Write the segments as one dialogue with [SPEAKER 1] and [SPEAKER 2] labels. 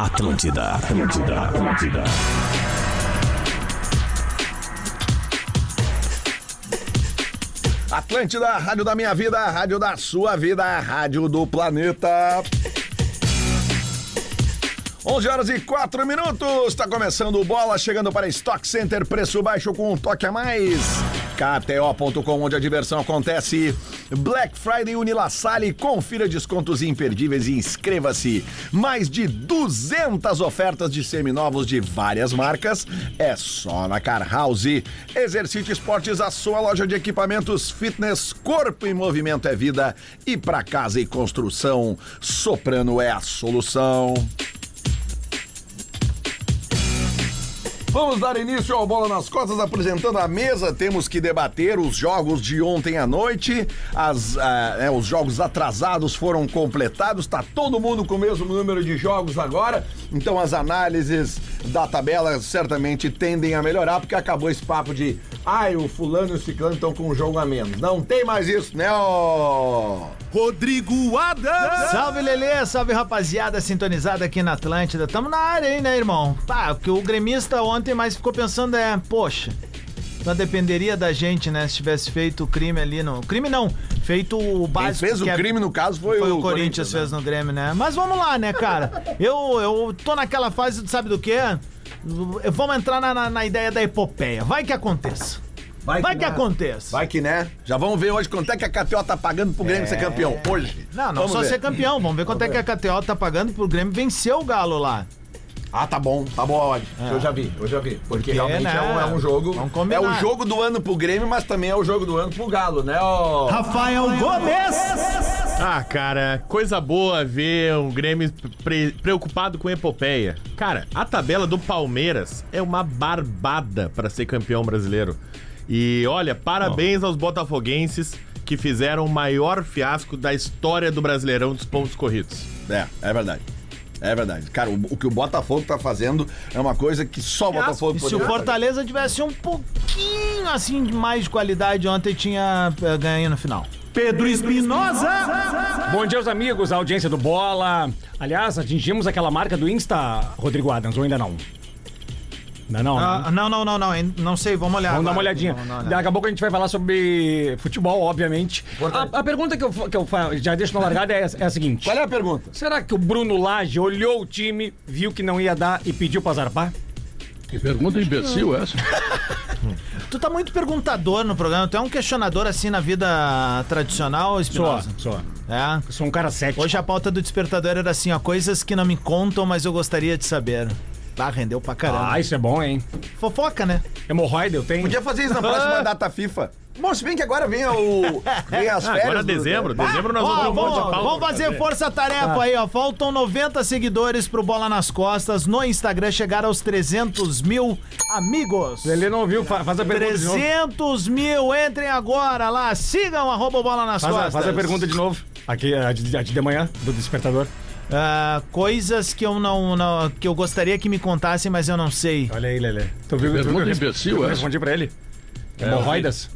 [SPEAKER 1] Atlântida, Atlântida, Atlântida.
[SPEAKER 2] Atlântida, rádio da minha vida, rádio da sua vida, rádio do planeta. 11 horas e 4 minutos, tá começando o Bola, chegando para Stock Center, preço baixo com um toque a mais. KTO.com, onde a diversão acontece. Black Friday Unilassale, confira descontos imperdíveis e inscreva-se. Mais de 200 ofertas de seminovos de várias marcas, é só na Car House. Exercite Esportes, a sua loja de equipamentos fitness, corpo em movimento é vida. E para casa e construção, Soprano é a solução. Vamos dar início ao Bola nas Costas, apresentando a mesa. Temos que debater os jogos de ontem à noite. As, ah, é, os jogos atrasados foram completados. Está todo mundo com o mesmo número de jogos agora. Então as análises da tabela certamente tendem a melhorar, porque acabou esse papo de ai, o fulano e o ciclano estão com um jogo a menos. Não tem mais isso, né, ô?
[SPEAKER 3] Rodrigo Adams!
[SPEAKER 4] Salve Lelê, salve rapaziada sintonizada aqui na Atlântida. Tamo na área, hein, né, irmão? Pá, o que o gremista ontem mais ficou pensando é, poxa, não dependeria da gente, né, se tivesse feito o crime ali no. Crime não, feito o
[SPEAKER 2] Quem
[SPEAKER 4] básico.
[SPEAKER 2] fez o
[SPEAKER 4] que é-
[SPEAKER 2] crime, no caso, foi,
[SPEAKER 4] foi o Corinthians fez no Grêmio, né? Mas vamos lá, né, cara? Eu, eu tô naquela fase, do sabe do quê? Eu- Vamos entrar na, na- na ideia da epopeia. Vai que aconteça. Vai, que,
[SPEAKER 2] dá.
[SPEAKER 4] aconteça.
[SPEAKER 2] Vai que né? Já vamos ver hoje quanto é que a KTO tá pagando pro Grêmio ser campeão. Hoje.
[SPEAKER 4] É. Não, não
[SPEAKER 2] Vamos
[SPEAKER 4] só
[SPEAKER 2] ver.
[SPEAKER 4] ser campeão. Vamos ver quanto é que a KTO tá pagando pro Grêmio vencer o Galo lá.
[SPEAKER 2] Ah, tá bom. Tá bom a odd.
[SPEAKER 4] É.
[SPEAKER 2] já vi, eu já vi. Porque,
[SPEAKER 4] né? Vamos combinar.
[SPEAKER 2] É o jogo do ano pro Grêmio, mas também é o jogo do ano pro Galo, né? ó?
[SPEAKER 4] Rafael Gomes!
[SPEAKER 3] Ah, cara, coisa boa ver o Grêmio pre- preocupado com epopeia. Cara, a tabela do Palmeiras é uma barbada pra ser campeão brasileiro. E olha, parabéns aos botafoguenses que fizeram o maior fiasco da história do Brasileirão dos pontos corridos.
[SPEAKER 2] É, é verdade. É verdade. Cara, o, o que o Botafogo tá fazendo é uma coisa que só o Botafogo
[SPEAKER 4] E se o
[SPEAKER 2] poderia fazer.
[SPEAKER 4] Fortaleza tivesse um pouquinho assim de mais de qualidade ontem, tinha eh, ganho no final. Pedro Espinosa!
[SPEAKER 5] Bom dia, os amigos, a audiência do Bola. Aliás, atingimos aquela marca do Insta, Rodrigo Adams, ou ainda não? Ainda não, né?
[SPEAKER 4] Ah, não, não, não, não, hein, não sei, vamos olhar.
[SPEAKER 5] Vamos dar uma
[SPEAKER 4] agora.
[SPEAKER 5] olhadinha.
[SPEAKER 4] Vamos dar uma olhada.
[SPEAKER 5] Daqui a pouco a gente vai falar sobre futebol, obviamente. A, a pergunta que eu, fa- que eu fa- já deixo na largada é, é a seguinte:
[SPEAKER 2] Qual é a pergunta?
[SPEAKER 5] Será que o Bruno Lage olhou o time, viu que não ia dar e pediu pra zarpar?
[SPEAKER 6] Que pergunta imbecil é essa?
[SPEAKER 4] Tu tá muito perguntador no programa, tu é um questionador assim na vida tradicional,
[SPEAKER 5] Só,
[SPEAKER 4] Espinosa.
[SPEAKER 5] só.
[SPEAKER 4] É.
[SPEAKER 5] Eu sou um cara cético.
[SPEAKER 4] Hoje a pauta do despertador era assim, ó, coisas que não me contam, mas eu gostaria de saber. Ah, rendeu pra caramba.
[SPEAKER 5] Ah, isso é bom, hein?
[SPEAKER 4] Fofoca, né?
[SPEAKER 5] Hemorroida eu tenho.
[SPEAKER 2] Podia fazer isso na próxima data FIFA. Bom, se bem que agora vem, o, vem as
[SPEAKER 3] Ah,
[SPEAKER 2] férias.
[SPEAKER 3] agora é
[SPEAKER 2] do- Ah,
[SPEAKER 3] dezembro, dezembro nós
[SPEAKER 4] Ó,
[SPEAKER 3] vamos ter um monte de
[SPEAKER 4] vamos,
[SPEAKER 3] pauta
[SPEAKER 4] vamos
[SPEAKER 3] pra
[SPEAKER 4] fazer força-tarefa
[SPEAKER 5] Ah.
[SPEAKER 4] aí, ó. Faltam 90 seguidores pro Bola nas Costas. No Instagram chegar aos 300 mil amigos.
[SPEAKER 5] Ele não viu, fa- faz a pergunta de novo.
[SPEAKER 4] 300 mil, entrem agora lá, sigam arroba bola nas
[SPEAKER 5] Faz a,
[SPEAKER 4] costas.
[SPEAKER 5] faz a pergunta de novo. Aqui, é, a de, a de manhã, do despertador.
[SPEAKER 4] Ah, coisas que eu não, não- que eu gostaria que me contassem, mas eu não sei.
[SPEAKER 5] Olha aí, Lelê. Tu viu tu viu
[SPEAKER 6] Pergunta
[SPEAKER 5] que eu
[SPEAKER 6] imbecil
[SPEAKER 7] é?
[SPEAKER 5] eu
[SPEAKER 6] essa?
[SPEAKER 5] respondi pra ele? Hemorroidas?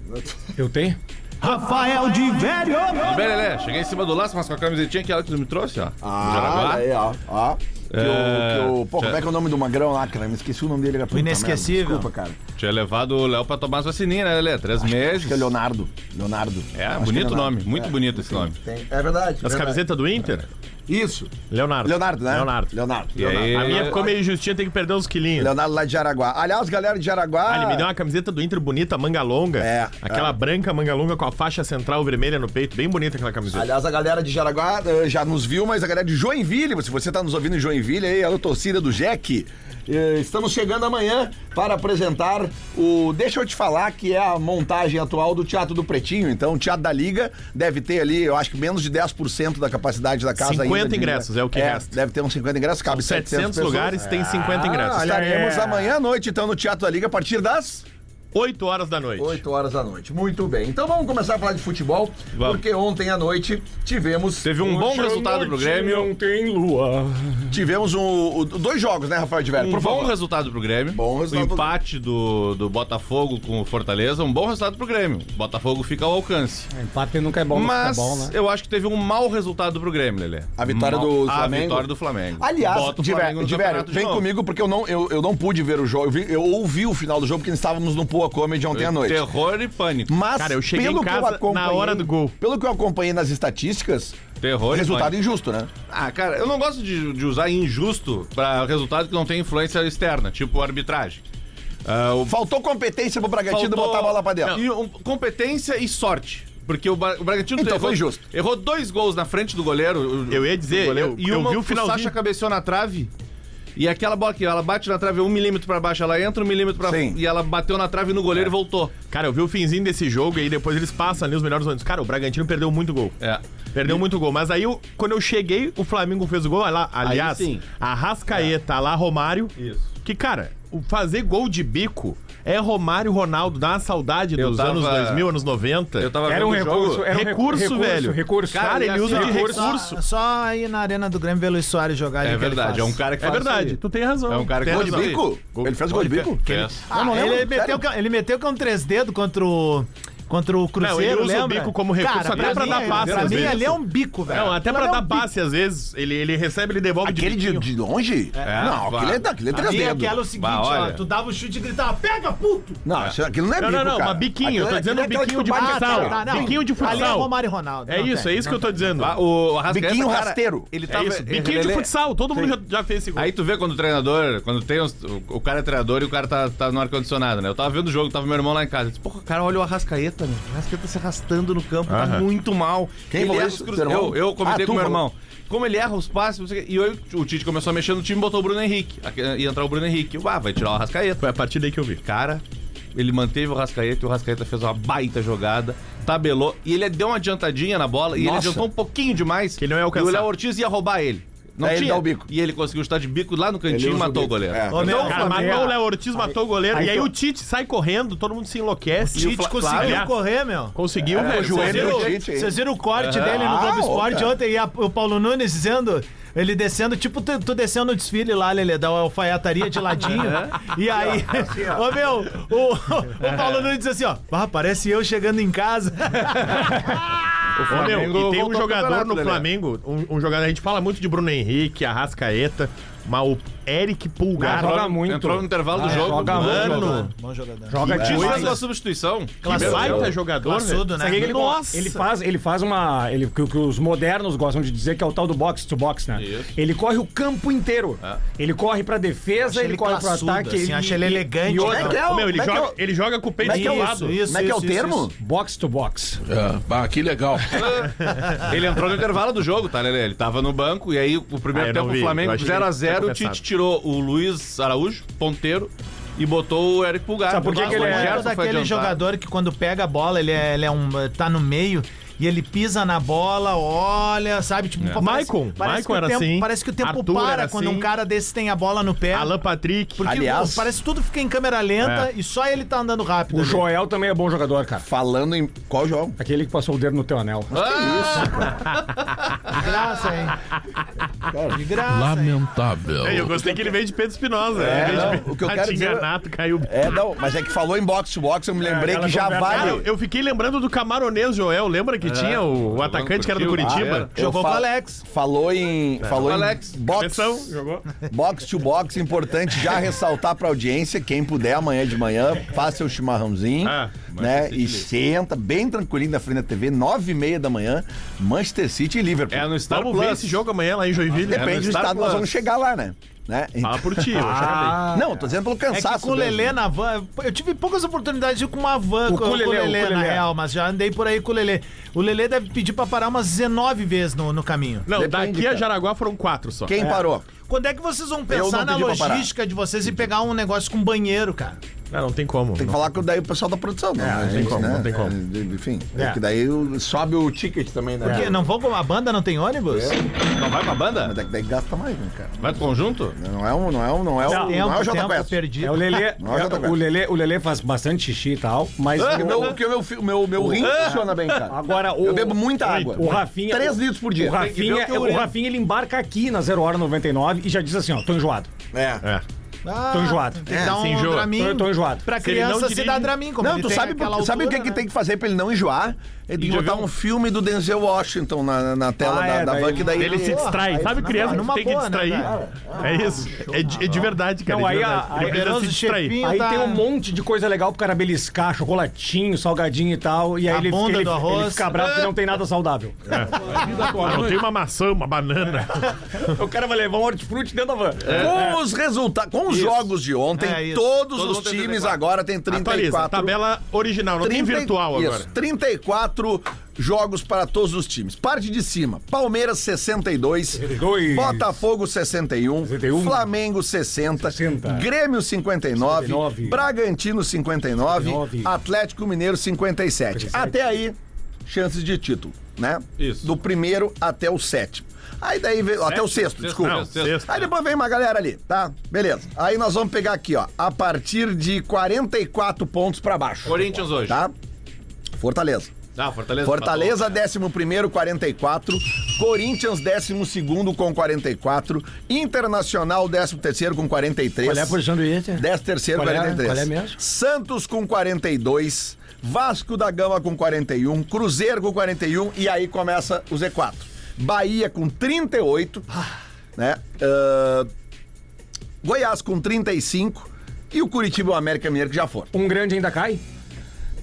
[SPEAKER 5] Eu tenho?
[SPEAKER 4] Rafael de Velho!
[SPEAKER 7] Bem, Lelé, cheguei em cima do laço, mas com a camisetinha que ela que tu me trouxe, ó. Do
[SPEAKER 2] Ah,
[SPEAKER 7] Jaraguá.
[SPEAKER 2] olha aí, ó. ó. Que
[SPEAKER 7] É,
[SPEAKER 2] o, que o, pô, como é que é o nome do magrão lá, cara? Me esqueci o nome dele. O
[SPEAKER 4] inesquecível.
[SPEAKER 2] Desculpa, cara.
[SPEAKER 7] Tinha levado o Léo pra tomar as vacininhas, né, Lelé? Três meses.
[SPEAKER 2] Acho que é Leonardo. Leonardo.
[SPEAKER 7] É,
[SPEAKER 2] Acho que
[SPEAKER 7] bonito o
[SPEAKER 2] Leonardo.
[SPEAKER 7] nome, muito
[SPEAKER 2] É,
[SPEAKER 7] bonito esse nome.
[SPEAKER 2] tem- É verdade.
[SPEAKER 3] As
[SPEAKER 2] verdade.
[SPEAKER 3] camisetas do Inter?
[SPEAKER 2] Isso.
[SPEAKER 3] Leonardo.
[SPEAKER 2] Leonardo, né?
[SPEAKER 3] Leonardo.
[SPEAKER 2] Leonardo.
[SPEAKER 7] E aí-
[SPEAKER 3] A minha ficou meio justinha, tem que perder uns quilinhos.
[SPEAKER 2] Leonardo lá de Jaraguá. Aliás, galera de Jaraguá.
[SPEAKER 3] Ah, ele me deu uma camiseta do Inter bonita, manga longa.
[SPEAKER 2] É,
[SPEAKER 3] Aquela branca manga longa com a faixa central vermelha no peito. Bem bonita aquela camiseta.
[SPEAKER 2] Aliás, a galera de Jaraguá eh, já nos viu, mas a galera de Joinville, se você tá nos ouvindo em Joinville aí, a torcida do Jack. eh, Estamos chegando amanhã para apresentar o Deixa eu te falar, que é a montagem atual do Teatro do Pretinho. Então, o Teatro da Liga deve ter ali, eu acho que menos de 10% da capacidade da casa
[SPEAKER 3] 50
[SPEAKER 2] ainda de-
[SPEAKER 3] ingressos, é o que resta.
[SPEAKER 2] Deve ter uns 50 ingressos, cabe 700,
[SPEAKER 3] 700
[SPEAKER 2] pessoas. Ah,
[SPEAKER 3] lugares, tem 50 ingressos.
[SPEAKER 2] Estaremos
[SPEAKER 5] é.
[SPEAKER 2] amanhã à noite, então, no Teatro da Liga, a partir das
[SPEAKER 3] 8 horas da noite.
[SPEAKER 2] 8 horas da noite. Muito bem. Então vamos começar a falar de futebol,
[SPEAKER 3] Vamos.
[SPEAKER 2] porque ontem à noite tivemos
[SPEAKER 7] Teve um bom resultado pro Grêmio.
[SPEAKER 5] Não tem lua.
[SPEAKER 2] tivemos um- o- dois jogos, né, Rafael de Velho?
[SPEAKER 7] Um
[SPEAKER 2] Por
[SPEAKER 7] bom
[SPEAKER 2] favor.
[SPEAKER 7] resultado pro Grêmio.
[SPEAKER 2] Bom resultado
[SPEAKER 7] O
[SPEAKER 2] pro-
[SPEAKER 7] empate do, do Botafogo com o Fortaleza, um bom resultado pro Grêmio. O Botafogo fica ao alcance.
[SPEAKER 5] Empate nunca é bom,
[SPEAKER 7] Mas
[SPEAKER 5] mas é bom, né?
[SPEAKER 7] eu acho que teve um mau resultado pro Grêmio, Lelê.
[SPEAKER 2] A vitória
[SPEAKER 7] Mau-
[SPEAKER 2] do
[SPEAKER 7] A
[SPEAKER 2] Flamengo.
[SPEAKER 7] vitória do Flamengo.
[SPEAKER 2] Aliás,
[SPEAKER 7] Bota o
[SPEAKER 2] de
[SPEAKER 7] Flamengo
[SPEAKER 2] velho,
[SPEAKER 7] no
[SPEAKER 2] de velho,
[SPEAKER 7] campeonato de
[SPEAKER 2] vem
[SPEAKER 7] novo.
[SPEAKER 2] comigo porque eu não, eu, eu não pude ver o jogo. Eu, vi- eu ouvi o final do jogo porque nós estávamos no Poa Comedy ontem à noite.
[SPEAKER 7] Terror e pânico.
[SPEAKER 2] Mas,
[SPEAKER 3] Cara, eu cheguei
[SPEAKER 2] pelo
[SPEAKER 3] em
[SPEAKER 2] que eu
[SPEAKER 3] casa
[SPEAKER 2] acompanhei,
[SPEAKER 3] na hora do gol.
[SPEAKER 2] Pelo que eu acompanhei nas estatísticas,
[SPEAKER 7] Terror e
[SPEAKER 2] resultado
[SPEAKER 7] pânico.
[SPEAKER 2] injusto, né?
[SPEAKER 7] Ah, cara, eu não gosto de, de usar injusto pra resultado que não tem influência externa, tipo arbitragem. Ah, o
[SPEAKER 2] Faltou competência pro Bragantino
[SPEAKER 7] Faltou-
[SPEAKER 2] botar a bola pra dentro.
[SPEAKER 7] Não, e um- competência e sorte. Porque o, Bra- o Bragantino
[SPEAKER 2] Então,
[SPEAKER 7] errou,
[SPEAKER 2] foi justo.
[SPEAKER 7] errou dois gols na frente do goleiro. o-
[SPEAKER 3] Eu ia dizer,
[SPEAKER 7] do goleiro,
[SPEAKER 3] eu-
[SPEAKER 7] e
[SPEAKER 3] eu
[SPEAKER 7] uma,
[SPEAKER 3] vi o
[SPEAKER 7] O
[SPEAKER 3] finalzinho.
[SPEAKER 7] Sacha cabeceou na trave. E aquela bola que ela bate na trave um milímetro pra baixo, ela entra um milímetro pra
[SPEAKER 2] Sim.
[SPEAKER 7] E ela bateu na trave no
[SPEAKER 3] É.
[SPEAKER 7] goleiro e voltou.
[SPEAKER 3] Cara, eu vi o finzinho desse jogo e aí depois eles passam ali os melhores momentos. Cara, o Bragantino perdeu muito gol.
[SPEAKER 7] É.
[SPEAKER 3] Perdeu muito gol. Mas aí, eu- quando eu cheguei, o Flamengo fez o gol. Lá, aliás,
[SPEAKER 7] sim. É.
[SPEAKER 3] a Rascaeta, lá Romário.
[SPEAKER 7] Isso.
[SPEAKER 3] Que, cara, o fazer gol de bico é Romário Ronaldo. Dá uma saudade
[SPEAKER 7] Eu
[SPEAKER 3] dos
[SPEAKER 7] tava-
[SPEAKER 3] anos 2000, anos 90.
[SPEAKER 7] Eu tava
[SPEAKER 5] Era
[SPEAKER 7] vendo
[SPEAKER 5] um
[SPEAKER 7] o jogo.
[SPEAKER 5] recurso, era um
[SPEAKER 3] recurso,
[SPEAKER 5] recurso,
[SPEAKER 3] velho.
[SPEAKER 5] recurso.
[SPEAKER 3] Cara,
[SPEAKER 7] Cara, e
[SPEAKER 3] ele
[SPEAKER 7] assim,
[SPEAKER 3] usa de
[SPEAKER 7] recurso.
[SPEAKER 3] recurso.
[SPEAKER 4] Só, só aí na Arena do Grêmio ver o Luiz Soares jogar ali
[SPEAKER 7] É
[SPEAKER 4] que ele
[SPEAKER 7] verdade, é
[SPEAKER 4] faz.
[SPEAKER 7] um cara que
[SPEAKER 3] É
[SPEAKER 7] faz
[SPEAKER 3] verdade,
[SPEAKER 7] isso
[SPEAKER 3] tu tem razão.
[SPEAKER 7] É um cara que
[SPEAKER 3] Tem
[SPEAKER 7] faz
[SPEAKER 2] Gol de
[SPEAKER 3] razão.
[SPEAKER 7] Não,
[SPEAKER 2] bico? Ele fez gol de bico?
[SPEAKER 7] aí. Fez.
[SPEAKER 4] Ah,
[SPEAKER 2] não lembro,
[SPEAKER 4] ele, meteu, ele meteu é contra o Tresdedo, contra o. Contra o Cruzeiro,
[SPEAKER 3] ele usa o
[SPEAKER 4] lembra?
[SPEAKER 3] bico como recurso
[SPEAKER 4] Cara,
[SPEAKER 3] até
[SPEAKER 4] pra,
[SPEAKER 3] pra
[SPEAKER 4] mim,
[SPEAKER 3] dar passe,
[SPEAKER 4] Pra
[SPEAKER 3] às
[SPEAKER 4] mim,
[SPEAKER 3] vezes.
[SPEAKER 4] ele é um bico, velho.
[SPEAKER 3] Não, até
[SPEAKER 4] Aquilo
[SPEAKER 3] pra
[SPEAKER 4] ali é
[SPEAKER 3] dar
[SPEAKER 4] um
[SPEAKER 3] passe, às vezes. Ele, ele recebe, ele devolve
[SPEAKER 2] Aquele de,
[SPEAKER 3] biquinho.
[SPEAKER 2] de longe? não,
[SPEAKER 7] vá.
[SPEAKER 2] aquele é, aquele é
[SPEAKER 4] bico.
[SPEAKER 2] três
[SPEAKER 4] E
[SPEAKER 2] dedos.
[SPEAKER 4] aquela é o seguinte,
[SPEAKER 7] Bah,
[SPEAKER 4] ó,
[SPEAKER 7] olha.
[SPEAKER 4] tu dava o chute e gritava, pega, puto!
[SPEAKER 2] Não, isso- aquilo não é
[SPEAKER 3] Não,
[SPEAKER 2] bico,
[SPEAKER 3] não, não,
[SPEAKER 2] cara.
[SPEAKER 3] mas biquinho. Eu tô
[SPEAKER 2] Aquilo é-
[SPEAKER 3] dizendo
[SPEAKER 2] aquilo é
[SPEAKER 3] biquinho
[SPEAKER 2] aquela
[SPEAKER 3] de
[SPEAKER 2] tu bate-
[SPEAKER 3] futsal.
[SPEAKER 4] tá, não.
[SPEAKER 3] Biquinho de
[SPEAKER 4] Ali é
[SPEAKER 3] futsal.
[SPEAKER 4] Romário e Ronaldo,
[SPEAKER 3] É
[SPEAKER 4] não
[SPEAKER 3] isso,
[SPEAKER 4] tem,
[SPEAKER 3] é isso que eu tô dizendo.
[SPEAKER 7] Ah, O Arrascaeta,
[SPEAKER 2] Biquinho
[SPEAKER 7] cara,
[SPEAKER 2] rasteiro.
[SPEAKER 7] Ele
[SPEAKER 3] É
[SPEAKER 7] tava,
[SPEAKER 3] isso, biquinho de
[SPEAKER 7] ele-
[SPEAKER 3] futsal. Todo mundo já, já fez esse gol.
[SPEAKER 7] Aí tu vê quando o treinador, quando tem os- o, o cara é treinador e o cara tá, tá no ar-condicionado, né? Eu tava vendo o jogo, tava meu irmão lá em casa. Eu disse, Pô, cara, olha o Arrascaeta, né? O Arrascaeta se arrastando no campo, tá muito mal.
[SPEAKER 2] Quem
[SPEAKER 7] ele
[SPEAKER 2] falou
[SPEAKER 7] erra
[SPEAKER 2] isso?
[SPEAKER 7] os cruze-
[SPEAKER 2] Teu irmão?
[SPEAKER 7] Eu, eu comentei
[SPEAKER 2] Ah, tu
[SPEAKER 7] com meu
[SPEAKER 2] falou.
[SPEAKER 7] irmão. Como ele erra os passes, não sei o quê. e eu, o Tite começou a mexer no time e botou o Bruno Henrique. Aqui- Ia entrar o Bruno Henrique. Eu, Ah, vai tirar o Arrascaeta.
[SPEAKER 3] Foi a partir daí que eu vi.
[SPEAKER 7] Cara, ele manteve o Rascaeta e o Rascaeta fez uma baita jogada, tabelou e ele deu uma adiantadinha na bola e ele
[SPEAKER 2] Nossa.
[SPEAKER 7] adiantou um pouquinho demais.
[SPEAKER 3] Que ele não ia alcançar.
[SPEAKER 7] E o Léo Ortiz ia roubar ele. Não
[SPEAKER 2] Aí É, ele
[SPEAKER 7] tinha.
[SPEAKER 2] dá o bico.
[SPEAKER 7] E ele conseguiu estar de bico lá no cantinho e matou o goleiro.
[SPEAKER 2] É.
[SPEAKER 4] Ô, meu,
[SPEAKER 3] Cara, matou o Léo Ortiz, matou o goleiro.
[SPEAKER 5] aí
[SPEAKER 3] e aí
[SPEAKER 5] tu-
[SPEAKER 3] o Tite sai correndo, todo mundo se enlouquece.
[SPEAKER 7] O Tite conseguiu
[SPEAKER 3] aliás,
[SPEAKER 4] correr, meu.
[SPEAKER 3] Conseguiu, velho.
[SPEAKER 2] o joelho
[SPEAKER 3] Conseguiu.
[SPEAKER 2] do
[SPEAKER 4] Vocês viram-
[SPEAKER 2] Tite, é hein?
[SPEAKER 4] Vocês viram o corte dele no
[SPEAKER 2] Ah,
[SPEAKER 4] Globo Esporte
[SPEAKER 2] outra.
[SPEAKER 4] ontem e a- o Paulo Nunes dizendo. Ele descendo, tipo, tu, tu descendo no desfile lá, Lelê, da alfaiataria de ladinho. e aí,
[SPEAKER 2] Assim,
[SPEAKER 4] ô meu, o, o Paulo Nunes diz assim, ó, ah, parece eu chegando em casa.
[SPEAKER 7] O
[SPEAKER 3] Ô, meu,
[SPEAKER 7] Flamengo
[SPEAKER 3] e tem um
[SPEAKER 7] voltou ao
[SPEAKER 3] jogador
[SPEAKER 7] campeonato,
[SPEAKER 3] no
[SPEAKER 7] Lelé.
[SPEAKER 3] Flamengo, um, um jogador, a gente fala muito de Bruno Henrique, Arrascaeta, mas o Eric Pulgar.
[SPEAKER 5] Não, joga
[SPEAKER 7] Entrou-
[SPEAKER 5] muito.
[SPEAKER 7] Entrou no intervalo do
[SPEAKER 5] Ah, é,
[SPEAKER 7] jogo.
[SPEAKER 5] joga
[SPEAKER 7] mano.
[SPEAKER 5] muito. É.
[SPEAKER 4] Bom jogador.
[SPEAKER 5] Joga
[SPEAKER 7] O Tite
[SPEAKER 5] demais.
[SPEAKER 7] fez uma substituição.
[SPEAKER 3] que
[SPEAKER 4] Classudo.
[SPEAKER 3] baita jogador,
[SPEAKER 4] Classudo,
[SPEAKER 3] velho.
[SPEAKER 4] né?
[SPEAKER 3] Sabe o que ele-
[SPEAKER 4] Nossa.
[SPEAKER 5] Ele faz, ele faz uma. Ele, que, que os modernos gostam de dizer que é o tal do box to box, né?
[SPEAKER 7] Isso. É.
[SPEAKER 5] Ele corre o campo inteiro. Ele corre pra defesa, ele,
[SPEAKER 4] ele
[SPEAKER 5] corre
[SPEAKER 4] classudo,
[SPEAKER 5] pro ataque.
[SPEAKER 4] assim,
[SPEAKER 5] ele,
[SPEAKER 4] acho ele
[SPEAKER 5] e-
[SPEAKER 4] elegante,
[SPEAKER 5] E
[SPEAKER 4] né?
[SPEAKER 2] Como
[SPEAKER 5] outra,
[SPEAKER 2] é que é o-
[SPEAKER 3] Ô, meu, ele,
[SPEAKER 2] como é que
[SPEAKER 3] joga, ele joga com o peito
[SPEAKER 2] Como é que é o-
[SPEAKER 3] esquivado.
[SPEAKER 2] Como é que é o
[SPEAKER 4] isso,
[SPEAKER 2] termo?
[SPEAKER 4] isso.
[SPEAKER 5] box to box.
[SPEAKER 7] É
[SPEAKER 6] Ah, bah, que legal.
[SPEAKER 7] Ele entrou no intervalo do jogo, tá, Lelê? Ele tava no banco e aí o primeiro
[SPEAKER 3] Ah, eu não
[SPEAKER 7] tempo
[SPEAKER 3] vi.
[SPEAKER 7] o Flamengo
[SPEAKER 3] Eu achei que ele
[SPEAKER 7] 0x0, o
[SPEAKER 3] tinha
[SPEAKER 7] Tite tirou o Luiz Araújo, ponteiro, e botou o Eric Pulgar.
[SPEAKER 5] Sabe por que que ele
[SPEAKER 7] O
[SPEAKER 5] é?
[SPEAKER 7] Gerson
[SPEAKER 4] lembro
[SPEAKER 7] foi
[SPEAKER 4] daquele
[SPEAKER 7] adiantado.
[SPEAKER 4] jogador que quando pega a bola, ele, é, ele é um, tá no meio e ele pisa na bola, olha, sabe? Tipo,
[SPEAKER 7] É.
[SPEAKER 4] pô,
[SPEAKER 3] Michael,
[SPEAKER 4] parece que
[SPEAKER 3] Michael
[SPEAKER 4] o
[SPEAKER 3] era
[SPEAKER 4] tempo-
[SPEAKER 3] assim.
[SPEAKER 4] Parece que o tempo
[SPEAKER 3] Arthur
[SPEAKER 4] para
[SPEAKER 3] era
[SPEAKER 4] quando
[SPEAKER 3] assim.
[SPEAKER 4] um cara desse tem a bola no pé.
[SPEAKER 3] é? Alan Patrick.
[SPEAKER 4] porque
[SPEAKER 2] Aliás-
[SPEAKER 4] pô, parece que tudo fica em câmera lenta e só ele tá andando rápido.
[SPEAKER 5] O
[SPEAKER 4] ali.
[SPEAKER 5] Joel também é bom jogador, cara.
[SPEAKER 2] Falando em qual jogo?
[SPEAKER 5] Aquele que passou o dedo no teu anel.
[SPEAKER 4] De graça, hein? De graça. hein?
[SPEAKER 6] Lamentável.
[SPEAKER 3] É, eu gostei que ele veio de Pedro Espinosa.
[SPEAKER 2] É,
[SPEAKER 3] Ele veio de
[SPEAKER 2] não, o que eu
[SPEAKER 3] Ah,
[SPEAKER 2] quero
[SPEAKER 3] te
[SPEAKER 2] dizer-
[SPEAKER 3] enganato, caiu.
[SPEAKER 2] É, não, mas é que falou em box to box, eu me lembrei
[SPEAKER 5] aquela
[SPEAKER 2] que já
[SPEAKER 5] conversa-
[SPEAKER 3] Cara,
[SPEAKER 2] vale.
[SPEAKER 3] Ah, eu- eu fiquei lembrando do camaronês Joel. Lembra que tinha o, o atacante que era do
[SPEAKER 7] Curitiba.
[SPEAKER 3] Curitiba?
[SPEAKER 2] É, Eu
[SPEAKER 4] Jogou com
[SPEAKER 2] fa-
[SPEAKER 4] o Alex.
[SPEAKER 2] Falou em, falou em
[SPEAKER 7] Alex.
[SPEAKER 2] box,
[SPEAKER 3] Cabeção, jogou.
[SPEAKER 2] box to box, importante já ressaltar pra audiência, quem puder amanhã de manhã, faça seu chimarrãozinho,
[SPEAKER 3] Ah,
[SPEAKER 2] né, e senta bem tranquilinho na frente da TV, nove e meia da manhã, Manchester City e Liverpool.
[SPEAKER 7] É no Star
[SPEAKER 3] Vamos
[SPEAKER 7] Plus.
[SPEAKER 3] ver esse jogo amanhã lá em Joinville.
[SPEAKER 7] é
[SPEAKER 2] Depende
[SPEAKER 7] no
[SPEAKER 2] do
[SPEAKER 7] Star
[SPEAKER 2] estado, nós
[SPEAKER 7] Plus.
[SPEAKER 2] vamos chegar lá, né? né?
[SPEAKER 3] Fala por ti, eu
[SPEAKER 5] Ah,
[SPEAKER 3] já
[SPEAKER 7] Ah.
[SPEAKER 2] Então- não, tô dizendo pelo
[SPEAKER 4] É
[SPEAKER 2] cansaço.
[SPEAKER 4] que com o
[SPEAKER 2] mesmo.
[SPEAKER 4] Lelê na van. Eu tive poucas oportunidades de ir com uma van
[SPEAKER 5] O
[SPEAKER 4] com, com o
[SPEAKER 5] Lelê, o
[SPEAKER 4] Lelê, na
[SPEAKER 5] Lelê.
[SPEAKER 4] real, mas já andei por aí com o Lelê. O Lelê deve pedir pra parar umas 19 vezes no, no caminho.
[SPEAKER 3] Não,
[SPEAKER 2] Depende,
[SPEAKER 3] daqui
[SPEAKER 2] cara.
[SPEAKER 3] a Jaraguá foram quatro só.
[SPEAKER 2] Quem parou?
[SPEAKER 4] Quando é que vocês vão
[SPEAKER 2] não
[SPEAKER 4] pensar na
[SPEAKER 2] pedi pra parar.
[SPEAKER 4] logística de vocês e pegar um negócio com banheiro, cara?
[SPEAKER 3] Ah, não tem como.
[SPEAKER 2] Tem que
[SPEAKER 3] Não.
[SPEAKER 2] falar com daí o pessoal da produção, né?
[SPEAKER 3] não tem
[SPEAKER 2] Gente,
[SPEAKER 3] como,
[SPEAKER 2] né?
[SPEAKER 3] não tem como.
[SPEAKER 2] É, Enfim,
[SPEAKER 5] É.
[SPEAKER 2] é que daí o- sobe o ticket também, né?
[SPEAKER 4] Porque não vão com a banda, não tem
[SPEAKER 2] É.
[SPEAKER 4] ônibus?
[SPEAKER 7] Não Então vai pra banda?
[SPEAKER 2] Mas é que daí gasta mais, né, cara?
[SPEAKER 7] Vai pro conjunto?
[SPEAKER 2] Não é um, não é um, não é um,
[SPEAKER 4] Tempo,
[SPEAKER 2] não é o Jota
[SPEAKER 4] tempo
[SPEAKER 2] Quest.
[SPEAKER 4] perdido.
[SPEAKER 5] É o Lelê.
[SPEAKER 2] Não, já tô
[SPEAKER 5] é,
[SPEAKER 2] vendo.
[SPEAKER 5] o, Lelê o Lelê faz bastante xixi e tal, mas.
[SPEAKER 2] Porque
[SPEAKER 5] o-
[SPEAKER 2] meu, porque meu, fi- meu, meu rim funciona bem, cara.
[SPEAKER 5] Agora o.
[SPEAKER 2] Eu bebo muita água.
[SPEAKER 5] O Rafinha.
[SPEAKER 2] 3 litros por dia.
[SPEAKER 5] O Rafinha, é- o Rafinha ele embarca aqui na 0 hora 99 e já diz assim, ó, tô enjoado.
[SPEAKER 2] É.
[SPEAKER 3] É.
[SPEAKER 4] Ah,
[SPEAKER 5] Tô enjoado.
[SPEAKER 4] Tem que dar
[SPEAKER 3] se
[SPEAKER 4] um
[SPEAKER 3] enjoa.
[SPEAKER 4] Dramin.
[SPEAKER 5] Tô, tô enjoado.
[SPEAKER 4] Pra
[SPEAKER 3] Se ele
[SPEAKER 4] criança
[SPEAKER 3] não
[SPEAKER 4] se
[SPEAKER 3] dirige-
[SPEAKER 4] dá Dramin, como
[SPEAKER 2] Não,
[SPEAKER 4] ele
[SPEAKER 2] tu
[SPEAKER 4] tem
[SPEAKER 2] sabe,
[SPEAKER 4] aquela
[SPEAKER 2] sabe o que,
[SPEAKER 4] altura,
[SPEAKER 2] que
[SPEAKER 4] né?
[SPEAKER 2] tem que fazer pra ele não enjoar? Ele tem que
[SPEAKER 3] Já
[SPEAKER 2] botar
[SPEAKER 3] viu?
[SPEAKER 2] um filme do Denzel Washington na, na tela da,
[SPEAKER 5] Ah, é,
[SPEAKER 2] da
[SPEAKER 5] daí-
[SPEAKER 2] van, que daí
[SPEAKER 3] Ele se distrai. Sabe criança
[SPEAKER 4] numa
[SPEAKER 3] que tem que
[SPEAKER 4] boa, né,
[SPEAKER 3] distrair?
[SPEAKER 4] cara?
[SPEAKER 3] é isso. É de, é de verdade, cara.
[SPEAKER 5] Não,
[SPEAKER 3] é de
[SPEAKER 5] Então, aí a-
[SPEAKER 3] verdade.
[SPEAKER 5] aí
[SPEAKER 3] Ele precisa se
[SPEAKER 4] Poderoso
[SPEAKER 3] distrair.
[SPEAKER 4] Chefinho
[SPEAKER 5] Aí
[SPEAKER 4] tá-
[SPEAKER 5] tem um monte de coisa legal pro cara beliscar, chocolatinho, salgadinho e tal. E aí
[SPEAKER 4] A
[SPEAKER 5] ele,
[SPEAKER 4] bunda
[SPEAKER 5] ele,
[SPEAKER 4] do arroz.
[SPEAKER 5] ele fica bravo que não tem nada saudável.
[SPEAKER 3] Ah, não tem uma maçã, uma banana. Tá,
[SPEAKER 5] o cara vai levar um hortifruti dentro da van.
[SPEAKER 2] Com os resultados, com os jogos de ontem,
[SPEAKER 4] É, isso.
[SPEAKER 2] todos
[SPEAKER 7] Todo
[SPEAKER 2] os
[SPEAKER 7] mundo tem
[SPEAKER 2] times
[SPEAKER 7] 34.
[SPEAKER 2] agora tem 34.
[SPEAKER 3] Atualiza. Tabela original, não tem
[SPEAKER 2] 30
[SPEAKER 3] virtual
[SPEAKER 2] isso,
[SPEAKER 3] agora.
[SPEAKER 2] 34 jogos para todos os times. Parte de cima. Palmeiras 62,
[SPEAKER 5] 62.
[SPEAKER 2] Botafogo 61,
[SPEAKER 5] 61,
[SPEAKER 2] Flamengo 60,
[SPEAKER 5] 60,
[SPEAKER 2] Grêmio 59,
[SPEAKER 5] 59,
[SPEAKER 2] Bragantino 59,
[SPEAKER 5] 59,
[SPEAKER 2] Atlético Mineiro 57.
[SPEAKER 5] 57.
[SPEAKER 2] Até aí, chances de título, né?
[SPEAKER 7] Isso.
[SPEAKER 2] Do primeiro até o sétimo. Aí daí veio, até o sexto, desculpa.
[SPEAKER 7] não, sexto.
[SPEAKER 2] Aí depois vem uma galera ali, tá? Beleza. Aí nós vamos pegar aqui, ó, a partir de 44 pontos pra baixo.
[SPEAKER 7] Corinthians hoje.
[SPEAKER 2] Tá? Fortaleza.
[SPEAKER 7] Ah, Fortaleza.
[SPEAKER 2] Fortaleza, 11, 44. Corinthians, 12 com 44. Internacional, 13 com 43.
[SPEAKER 5] Qual é a posição do Inter?
[SPEAKER 2] 10 terceiro,
[SPEAKER 5] Qual é?
[SPEAKER 2] 43.
[SPEAKER 5] Qual é mesmo?
[SPEAKER 2] Santos com 42, Vasco da Gama com 41, Cruzeiro com 41 e aí começa o Z4. Bahia com 38,
[SPEAKER 5] Ah.
[SPEAKER 2] né? Ahn, Goiás com 35 e o Curitiba e o América Mineiro que já foram.
[SPEAKER 5] Um grande ainda cai?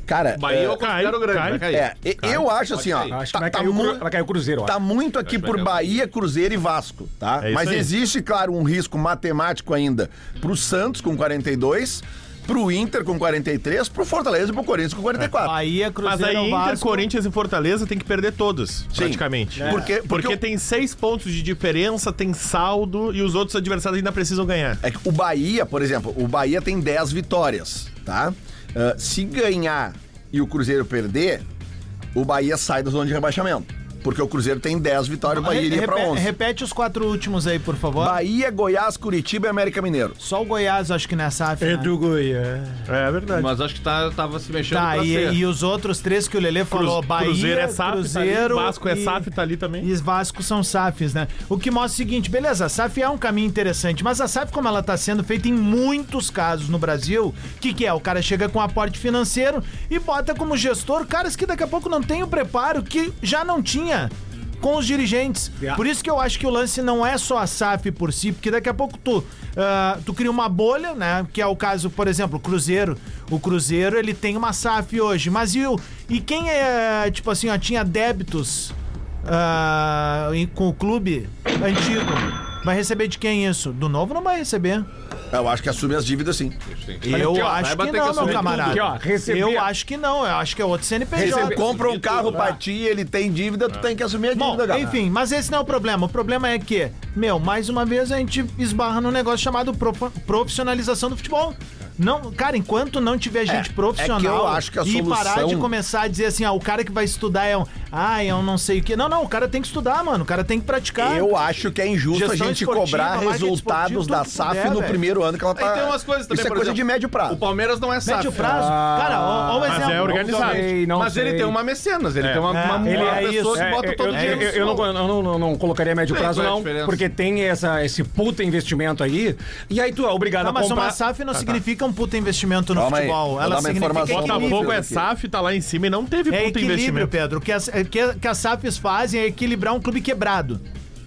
[SPEAKER 2] Cara,
[SPEAKER 7] Bahia
[SPEAKER 2] é,
[SPEAKER 7] eu considero
[SPEAKER 3] cai,
[SPEAKER 7] grande.
[SPEAKER 3] cai.
[SPEAKER 7] vai cair.
[SPEAKER 2] é, e- eu acho assim, ó,
[SPEAKER 7] cair.
[SPEAKER 5] Acho
[SPEAKER 2] tá-
[SPEAKER 5] que vai
[SPEAKER 2] tá
[SPEAKER 5] cair, o, Cru-
[SPEAKER 2] muito-
[SPEAKER 5] vai cair o Cruzeiro, ó.
[SPEAKER 2] Tá muito aqui
[SPEAKER 7] Acho que
[SPEAKER 2] por
[SPEAKER 7] vai cair. né?
[SPEAKER 2] Bahia, Cruzeiro e Vasco, tá?
[SPEAKER 3] É isso
[SPEAKER 2] Mas
[SPEAKER 3] aí.
[SPEAKER 2] existe, claro, um risco matemático ainda pro Santos com 42, pro Inter com 43, pro Fortaleza e pro Corinthians com 44.
[SPEAKER 7] É.
[SPEAKER 4] Bahia,
[SPEAKER 3] Mas
[SPEAKER 4] é Cruzeiro,
[SPEAKER 3] aí Inter,
[SPEAKER 4] Vasco.
[SPEAKER 3] Corinthians e Fortaleza tem que perder todos,
[SPEAKER 2] Sim.
[SPEAKER 3] praticamente.
[SPEAKER 2] É. Porque-
[SPEAKER 3] Porque,
[SPEAKER 2] porque o-
[SPEAKER 3] tem seis pontos de diferença, tem saldo e os outros adversários ainda precisam ganhar.
[SPEAKER 2] É que o Bahia, por exemplo, o Bahia tem 10 vitórias, tá? Ah, se ganhar e o Cruzeiro perder, o Bahia sai da zona de rebaixamento. Porque o Cruzeiro tem 10 vitórias, o Bahia iria pra
[SPEAKER 4] Repete-
[SPEAKER 2] 11.
[SPEAKER 4] Repete os quatro últimos aí, por favor.
[SPEAKER 2] Bahia, Goiás, Curitiba e América Mineiro.
[SPEAKER 4] Só o Goiás, acho que nessa AF. né?
[SPEAKER 5] Goiás.
[SPEAKER 3] É verdade.
[SPEAKER 7] Mas acho que tá, tava se mexendo
[SPEAKER 4] Tá,
[SPEAKER 7] pra ser.
[SPEAKER 4] e, e os outros três que o Lelê falou, Bahia,
[SPEAKER 3] Cruzeiro é SAF, tá ali,
[SPEAKER 4] Cruzeiro
[SPEAKER 3] Vasco é
[SPEAKER 4] e-
[SPEAKER 3] SAF, tá ali também.
[SPEAKER 4] E os Vasco são SAFs, né? O que mostra o seguinte, beleza, a SAF é um caminho interessante, mas a SAF, como ela tá sendo feita em muitos casos no Brasil, o que, que é? O cara chega com aporte financeiro e bota como gestor caras que daqui a pouco não tem o preparo que já não tinha com os dirigentes.
[SPEAKER 5] Yeah.
[SPEAKER 4] Por isso que eu acho que o lance não é só a SAF por si, porque daqui a pouco tu, ah, tu cria uma bolha, né? Que é o caso, por exemplo, o Cruzeiro. O Cruzeiro, ele tem uma SAF hoje, mas e, o, e quem é, tipo assim, ó, tinha débitos ah, e com o clube antigo? Vai receber de quem isso? Do novo não vai receber.
[SPEAKER 2] Eu acho que assume as dívidas sim.
[SPEAKER 4] Eu
[SPEAKER 7] aqui, ó,
[SPEAKER 4] acho
[SPEAKER 7] saiba
[SPEAKER 4] que
[SPEAKER 7] ter que
[SPEAKER 4] não,
[SPEAKER 7] assumir
[SPEAKER 4] meu camarada.
[SPEAKER 5] tudo. Aqui, ó, receber.
[SPEAKER 4] Eu acho que não, eu acho que é outro CNPJ.
[SPEAKER 2] Você compra um carro pra ti, ele tem dívida, tu tem que assumir a
[SPEAKER 4] né? Bom,
[SPEAKER 2] dívida, cara.
[SPEAKER 4] enfim, mas esse não é o problema. O problema é que, meu, mais uma vez a gente esbarra num negócio chamado prof- profissionalização do futebol. Não, cara, enquanto não tiver gente
[SPEAKER 2] é
[SPEAKER 4] profissional
[SPEAKER 2] que eu acho que a
[SPEAKER 4] e parar de
[SPEAKER 2] solução-
[SPEAKER 4] assim, "Ah, é um,
[SPEAKER 2] Eu acho que é injusto a
[SPEAKER 4] tá? Gestão
[SPEAKER 2] gente
[SPEAKER 4] esportiva,
[SPEAKER 2] cobrar
[SPEAKER 4] marketing
[SPEAKER 2] resultados
[SPEAKER 4] esportivo,
[SPEAKER 2] da
[SPEAKER 4] tudo que
[SPEAKER 2] SAF
[SPEAKER 4] puder,
[SPEAKER 2] no
[SPEAKER 4] velho.
[SPEAKER 2] primeiro ano que ela tá.
[SPEAKER 7] Aí tem umas coisas também,
[SPEAKER 2] Isso é
[SPEAKER 7] por
[SPEAKER 2] coisa
[SPEAKER 7] exemplo,
[SPEAKER 2] de médio prazo.
[SPEAKER 7] O Palmeiras não é SAF.
[SPEAKER 4] Médio prazo. Cara, ó, ó o
[SPEAKER 3] Mas
[SPEAKER 4] exemplo.
[SPEAKER 3] é organizado.
[SPEAKER 5] Ei, não
[SPEAKER 7] mas ele
[SPEAKER 5] sei.
[SPEAKER 7] tem uma mecenas, ele tem uma,
[SPEAKER 4] É,
[SPEAKER 7] uma,
[SPEAKER 4] ele
[SPEAKER 7] uma
[SPEAKER 4] é
[SPEAKER 7] pessoa
[SPEAKER 4] isso,
[SPEAKER 7] que
[SPEAKER 5] É,
[SPEAKER 7] bota
[SPEAKER 5] eu,
[SPEAKER 7] todo o
[SPEAKER 5] eu,
[SPEAKER 7] dinheiro.
[SPEAKER 5] eu, eu não, eu não, não, não colocaria médio
[SPEAKER 7] Sei,
[SPEAKER 5] prazo,
[SPEAKER 7] qual é a
[SPEAKER 5] não.
[SPEAKER 7] diferença?
[SPEAKER 5] Porque tem essa, esse puta investimento aí. E aí tu é obrigado
[SPEAKER 4] Não,
[SPEAKER 5] a
[SPEAKER 4] Tá, mas
[SPEAKER 5] comprar.
[SPEAKER 4] uma SAF não significa um puta investimento no
[SPEAKER 2] Calma aí,
[SPEAKER 4] futebol.
[SPEAKER 2] vou dar
[SPEAKER 4] Ela
[SPEAKER 2] uma
[SPEAKER 4] significa
[SPEAKER 2] informação.
[SPEAKER 3] Botafogo
[SPEAKER 2] equilíbrio
[SPEAKER 3] é
[SPEAKER 2] aqui.
[SPEAKER 3] SAF, tá lá em cima e não teve
[SPEAKER 4] É
[SPEAKER 3] ponto
[SPEAKER 4] equilíbrio,
[SPEAKER 3] investimento.
[SPEAKER 4] Pedro. O que, as- é que, a- que a SAFs fazem é equilibrar um clube quebrado.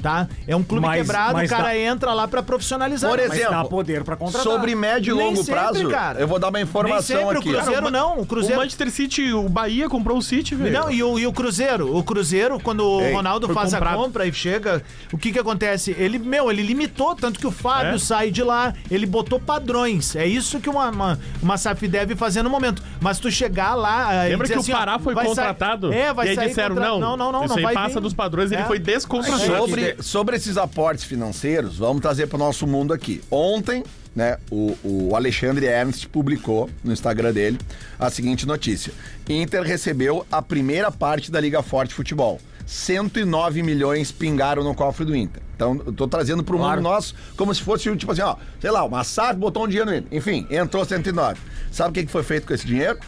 [SPEAKER 4] Tá? É um clube
[SPEAKER 5] Mas-
[SPEAKER 4] quebrado,
[SPEAKER 5] mas
[SPEAKER 4] o cara
[SPEAKER 5] dá-
[SPEAKER 4] entra lá pra profissionalizar.
[SPEAKER 2] Por
[SPEAKER 5] Mas
[SPEAKER 2] exemplo,
[SPEAKER 5] dá poder pra contratar.
[SPEAKER 2] Sobre médio e
[SPEAKER 4] Nem
[SPEAKER 2] longo
[SPEAKER 4] sempre,
[SPEAKER 2] prazo,
[SPEAKER 4] cara.
[SPEAKER 2] eu vou dar uma
[SPEAKER 4] Nem
[SPEAKER 2] informação
[SPEAKER 4] sempre
[SPEAKER 2] aqui.
[SPEAKER 4] o Cruzeiro não, o
[SPEAKER 3] O
[SPEAKER 4] Cruzeiro...
[SPEAKER 3] Manchester City, o Bahia comprou o City, velho.
[SPEAKER 4] Não, e o, e o Cruzeiro? O Cruzeiro, quando o
[SPEAKER 2] Ei,
[SPEAKER 4] Ronaldo
[SPEAKER 3] foi
[SPEAKER 4] faz
[SPEAKER 3] comprado.
[SPEAKER 4] a compra e chega, o que que acontece? Ele, meu, ele limitou, tanto que o Fábio
[SPEAKER 3] É.
[SPEAKER 4] sai de lá, ele botou padrões. É isso que uma, uma, uma SAF deve fazer no momento. Mas tu chegar lá. eh, e
[SPEAKER 3] Lembra
[SPEAKER 4] dizer
[SPEAKER 3] que
[SPEAKER 4] assim,
[SPEAKER 3] o
[SPEAKER 4] ó,
[SPEAKER 3] Pará foi
[SPEAKER 4] vai sair-
[SPEAKER 3] contratado?
[SPEAKER 4] É, vai
[SPEAKER 3] e aí
[SPEAKER 4] sair
[SPEAKER 3] disseram,
[SPEAKER 4] contra-
[SPEAKER 3] não,
[SPEAKER 4] não, não, não,
[SPEAKER 3] isso
[SPEAKER 4] não
[SPEAKER 3] aí
[SPEAKER 4] vai
[SPEAKER 3] passa
[SPEAKER 4] vir.
[SPEAKER 3] dos padrões,
[SPEAKER 4] É.
[SPEAKER 3] ele foi descontratado.
[SPEAKER 2] Sobre, sobre esses aportes financeiros, vamos trazer pro nosso mundo aqui. Ontem, né, o, o Alexandre Ernst publicou no Instagram dele a seguinte notícia: Inter recebeu a primeira parte da Liga Forte Futebol. 109 milhões pingaram no cofre do Inter. Então, eu tô trazendo pro mundo nosso como se fosse, tipo assim, ó, sei lá, uma SAF botou um dinheiro nele. Enfim, entrou 109. Sabe o que que foi feito com esse dinheiro?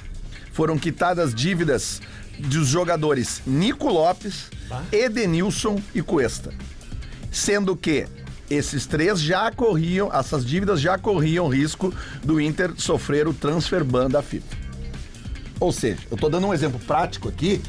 [SPEAKER 2] Foram quitadas dívidas dos jogadores Nico Lopes, Edenilson e Cuesta. Sendo que esses três já corriam, essas dívidas já corriam risco do Inter sofrer o transfer ban da FIFA. Ou seja, eu tô dando um exemplo prático aqui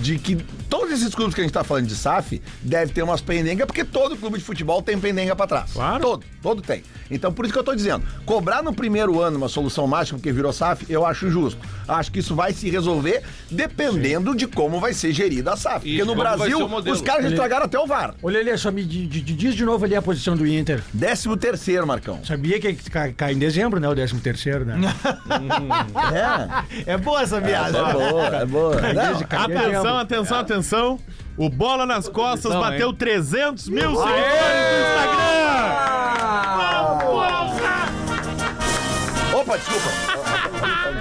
[SPEAKER 2] de que todos esses clubes que a gente tá falando de SAF deve ter umas pendengas, porque todo clube de futebol tem pendenga pra trás.
[SPEAKER 3] Claro.
[SPEAKER 2] Todo, todo tem. Então por isso que eu tô dizendo, cobrar no primeiro ano uma solução mágica porque virou SAF, eu acho justo. Acho que isso vai se resolver dependendo de como vai ser gerida a SAF.
[SPEAKER 7] E
[SPEAKER 2] porque no
[SPEAKER 7] como vai ser
[SPEAKER 2] Brasil,
[SPEAKER 7] o modelo.
[SPEAKER 2] os caras já estragaram até o VAR.
[SPEAKER 5] Olha ali, só me di- di- di- diz de novo ali a posição do Inter.
[SPEAKER 2] Décimo terceiro, Marcão.
[SPEAKER 5] Sabia que cai, cai em dezembro, né? O 13 terceiro, né?
[SPEAKER 2] É,
[SPEAKER 4] É boa essa viagem.
[SPEAKER 2] é boa, é boa. Não,
[SPEAKER 5] Cai em
[SPEAKER 3] Atenção,
[SPEAKER 5] dezembro.
[SPEAKER 3] atenção, atenção. O Bola nas Costas
[SPEAKER 7] Não,
[SPEAKER 3] bateu 300 mil seguidores no Instagram.
[SPEAKER 2] Opa, desculpa.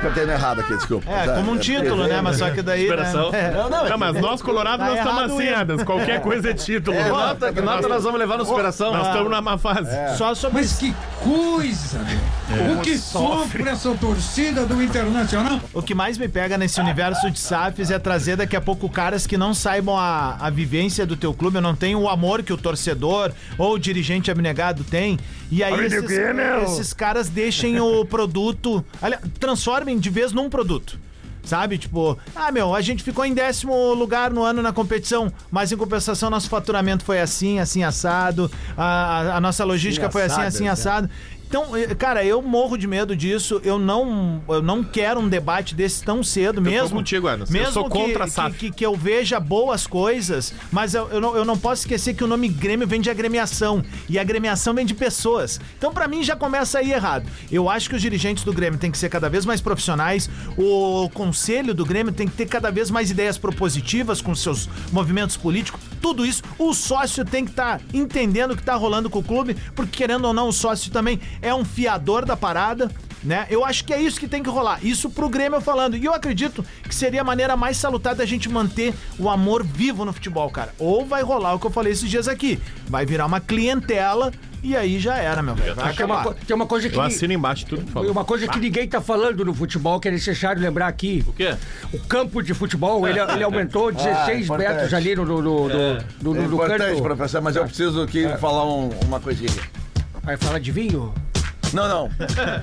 [SPEAKER 2] Eu tô tendo errado aqui, desculpa.
[SPEAKER 4] É,
[SPEAKER 2] Tá,
[SPEAKER 4] como um
[SPEAKER 2] é,
[SPEAKER 4] título,
[SPEAKER 2] é,
[SPEAKER 4] né? Mas só que daí. Né?
[SPEAKER 7] Inspiração.
[SPEAKER 4] É.
[SPEAKER 3] Não, mas nós, Colorado,
[SPEAKER 4] Tá
[SPEAKER 3] nós estamos
[SPEAKER 4] errado
[SPEAKER 3] assim,
[SPEAKER 4] isso.
[SPEAKER 3] Adams. Qualquer coisa é título.
[SPEAKER 2] É,
[SPEAKER 3] Nós-
[SPEAKER 7] Nota, que nota nós vamos levar no superação?
[SPEAKER 3] Nós estamos na má fase.
[SPEAKER 4] Só sobre
[SPEAKER 8] Mas que coisa, meu. O que sofre essa torcida do Internacional?
[SPEAKER 4] O que mais me pega nesse universo de SAFs é trazer daqui a pouco caras que não saibam a, a vivência do teu clube, não tem o amor que o torcedor ou o dirigente abnegado tem. E aí esses, esses caras deixem o produto. Aliás, transformem de vez num produto. Sabe? Tipo, ah, meu, a gente ficou em décimo lugar no ano na competição, mas em compensação nosso faturamento foi assim, assim, assado, a, a- a nossa logística foi assim, assim, assado. Então, eh, cara, eu morro de medo disso. Eu não, eu não quero um debate desse tão cedo mesmo.
[SPEAKER 3] contigo, Anderson. Eu
[SPEAKER 4] mesmo
[SPEAKER 3] sou
[SPEAKER 4] que,
[SPEAKER 3] contra a
[SPEAKER 4] que-
[SPEAKER 3] SAF.
[SPEAKER 4] Que, que eu veja boas coisas, mas eu, eu não, eu não posso esquecer que o nome Grêmio vem de agremiação. E agremiação vem de pessoas. Então, pra mim, já começa aí errado. Eu acho que os dirigentes do Grêmio têm que ser cada vez mais profissionais. O conselho do Grêmio tem que ter cada vez mais ideias propositivas com seus movimentos políticos. Tudo isso, o sócio tem que estar entendendo o que tá rolando com o clube, porque querendo ou não, o sócio também é um fiador da parada né? Eu acho que é isso que tem que rolar. Isso pro Grêmio eu falando. E eu acredito que seria a maneira mais salutar da gente manter o amor vivo no futebol, cara. Ou vai rolar o que eu falei esses dias aqui. Vai virar uma clientela e aí já era, meu velho. Vai
[SPEAKER 2] tá-
[SPEAKER 5] Mas Tem é uma,
[SPEAKER 4] acabar.
[SPEAKER 5] co- tem uma coisa que.
[SPEAKER 3] Eu assino embaixo tudo que fala.
[SPEAKER 5] Uma coisa que ninguém tá falando no futebol, que é necessário lembrar aqui.
[SPEAKER 7] O quê?
[SPEAKER 5] O campo de futebol, ele, ele aumentou 16
[SPEAKER 2] importante.
[SPEAKER 5] metros ali no, no, no, no- no-
[SPEAKER 2] É
[SPEAKER 5] no- no
[SPEAKER 2] importante,
[SPEAKER 5] canto.
[SPEAKER 2] professor, mas eu preciso aqui
[SPEAKER 4] É.
[SPEAKER 2] falar um- uma coisinha aqui.
[SPEAKER 5] Vai falar de vinho?
[SPEAKER 2] Não, não.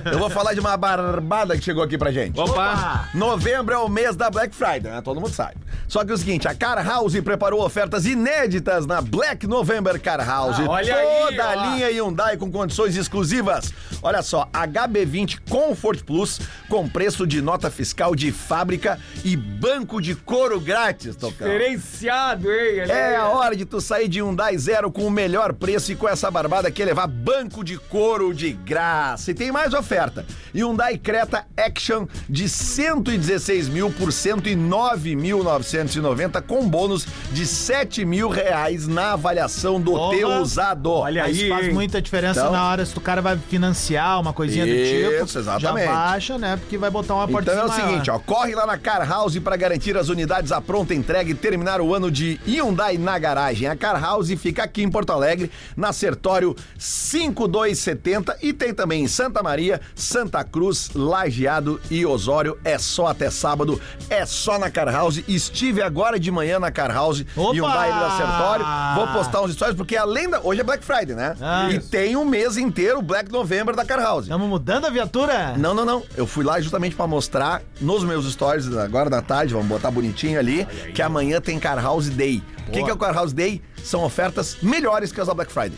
[SPEAKER 2] Eu vou falar de uma barbada que chegou aqui pra gente.
[SPEAKER 7] Opa!
[SPEAKER 2] Novembro é o mês da Black Friday, né? Todo mundo sabe. Só que é o seguinte, a Car House preparou ofertas inéditas na Black November Car House.
[SPEAKER 5] Ah, olha
[SPEAKER 2] Toda
[SPEAKER 5] aí,
[SPEAKER 2] a linha Hyundai com condições exclusivas. Olha só, HB20 Comfort Plus com preço de nota fiscal de fábrica e banco de couro grátis, Tocão.
[SPEAKER 5] Diferenciado, hein? Ele
[SPEAKER 2] É a hora de tu sair de Hyundai Zero com o melhor preço e com essa barbada que é levar banco de couro de graça. E tem mais oferta. Hyundai Creta Action de 116 mil por 109.990 com bônus de 7 mil reais na avaliação do
[SPEAKER 4] Porra!
[SPEAKER 2] teu usado.
[SPEAKER 5] Olha aí.
[SPEAKER 4] Isso faz
[SPEAKER 5] hein?
[SPEAKER 4] muita diferença
[SPEAKER 2] Então-
[SPEAKER 4] na hora se o cara vai financiar uma coisinha do
[SPEAKER 2] Isso,
[SPEAKER 4] tipo.
[SPEAKER 2] exatamente.
[SPEAKER 4] Já baixa, né? Porque vai botar uma
[SPEAKER 2] Então é
[SPEAKER 4] portezinha
[SPEAKER 2] o
[SPEAKER 4] maior.
[SPEAKER 2] seguinte, ó, corre lá na Car House para garantir as unidades à pronta entrega e terminar o ano de Hyundai na garagem. A Car House fica aqui em Porto Alegre, na Sertório 5270 e tem também em Santa Maria, Santa Cruz, Lajeado e Osório. É só até sábado, é só na Car House. Estive agora de manhã na Car House
[SPEAKER 4] Opa!
[SPEAKER 2] Hyundai da Sertório. Vou postar uns stories porque além da hoje é Black Friday, né?
[SPEAKER 4] Ah,
[SPEAKER 2] e
[SPEAKER 4] isso.
[SPEAKER 2] tem um mês inteiro Black November da Car House.
[SPEAKER 4] Estamos mudando a viatura?
[SPEAKER 2] Não, não, não. Eu fui lá justamente pra mostrar nos meus stories agora na tarde, vamos botar bonitinho ali, que amanhã tem Car House Day. O que, que é o Car House Day? São ofertas melhores que as da Black Friday.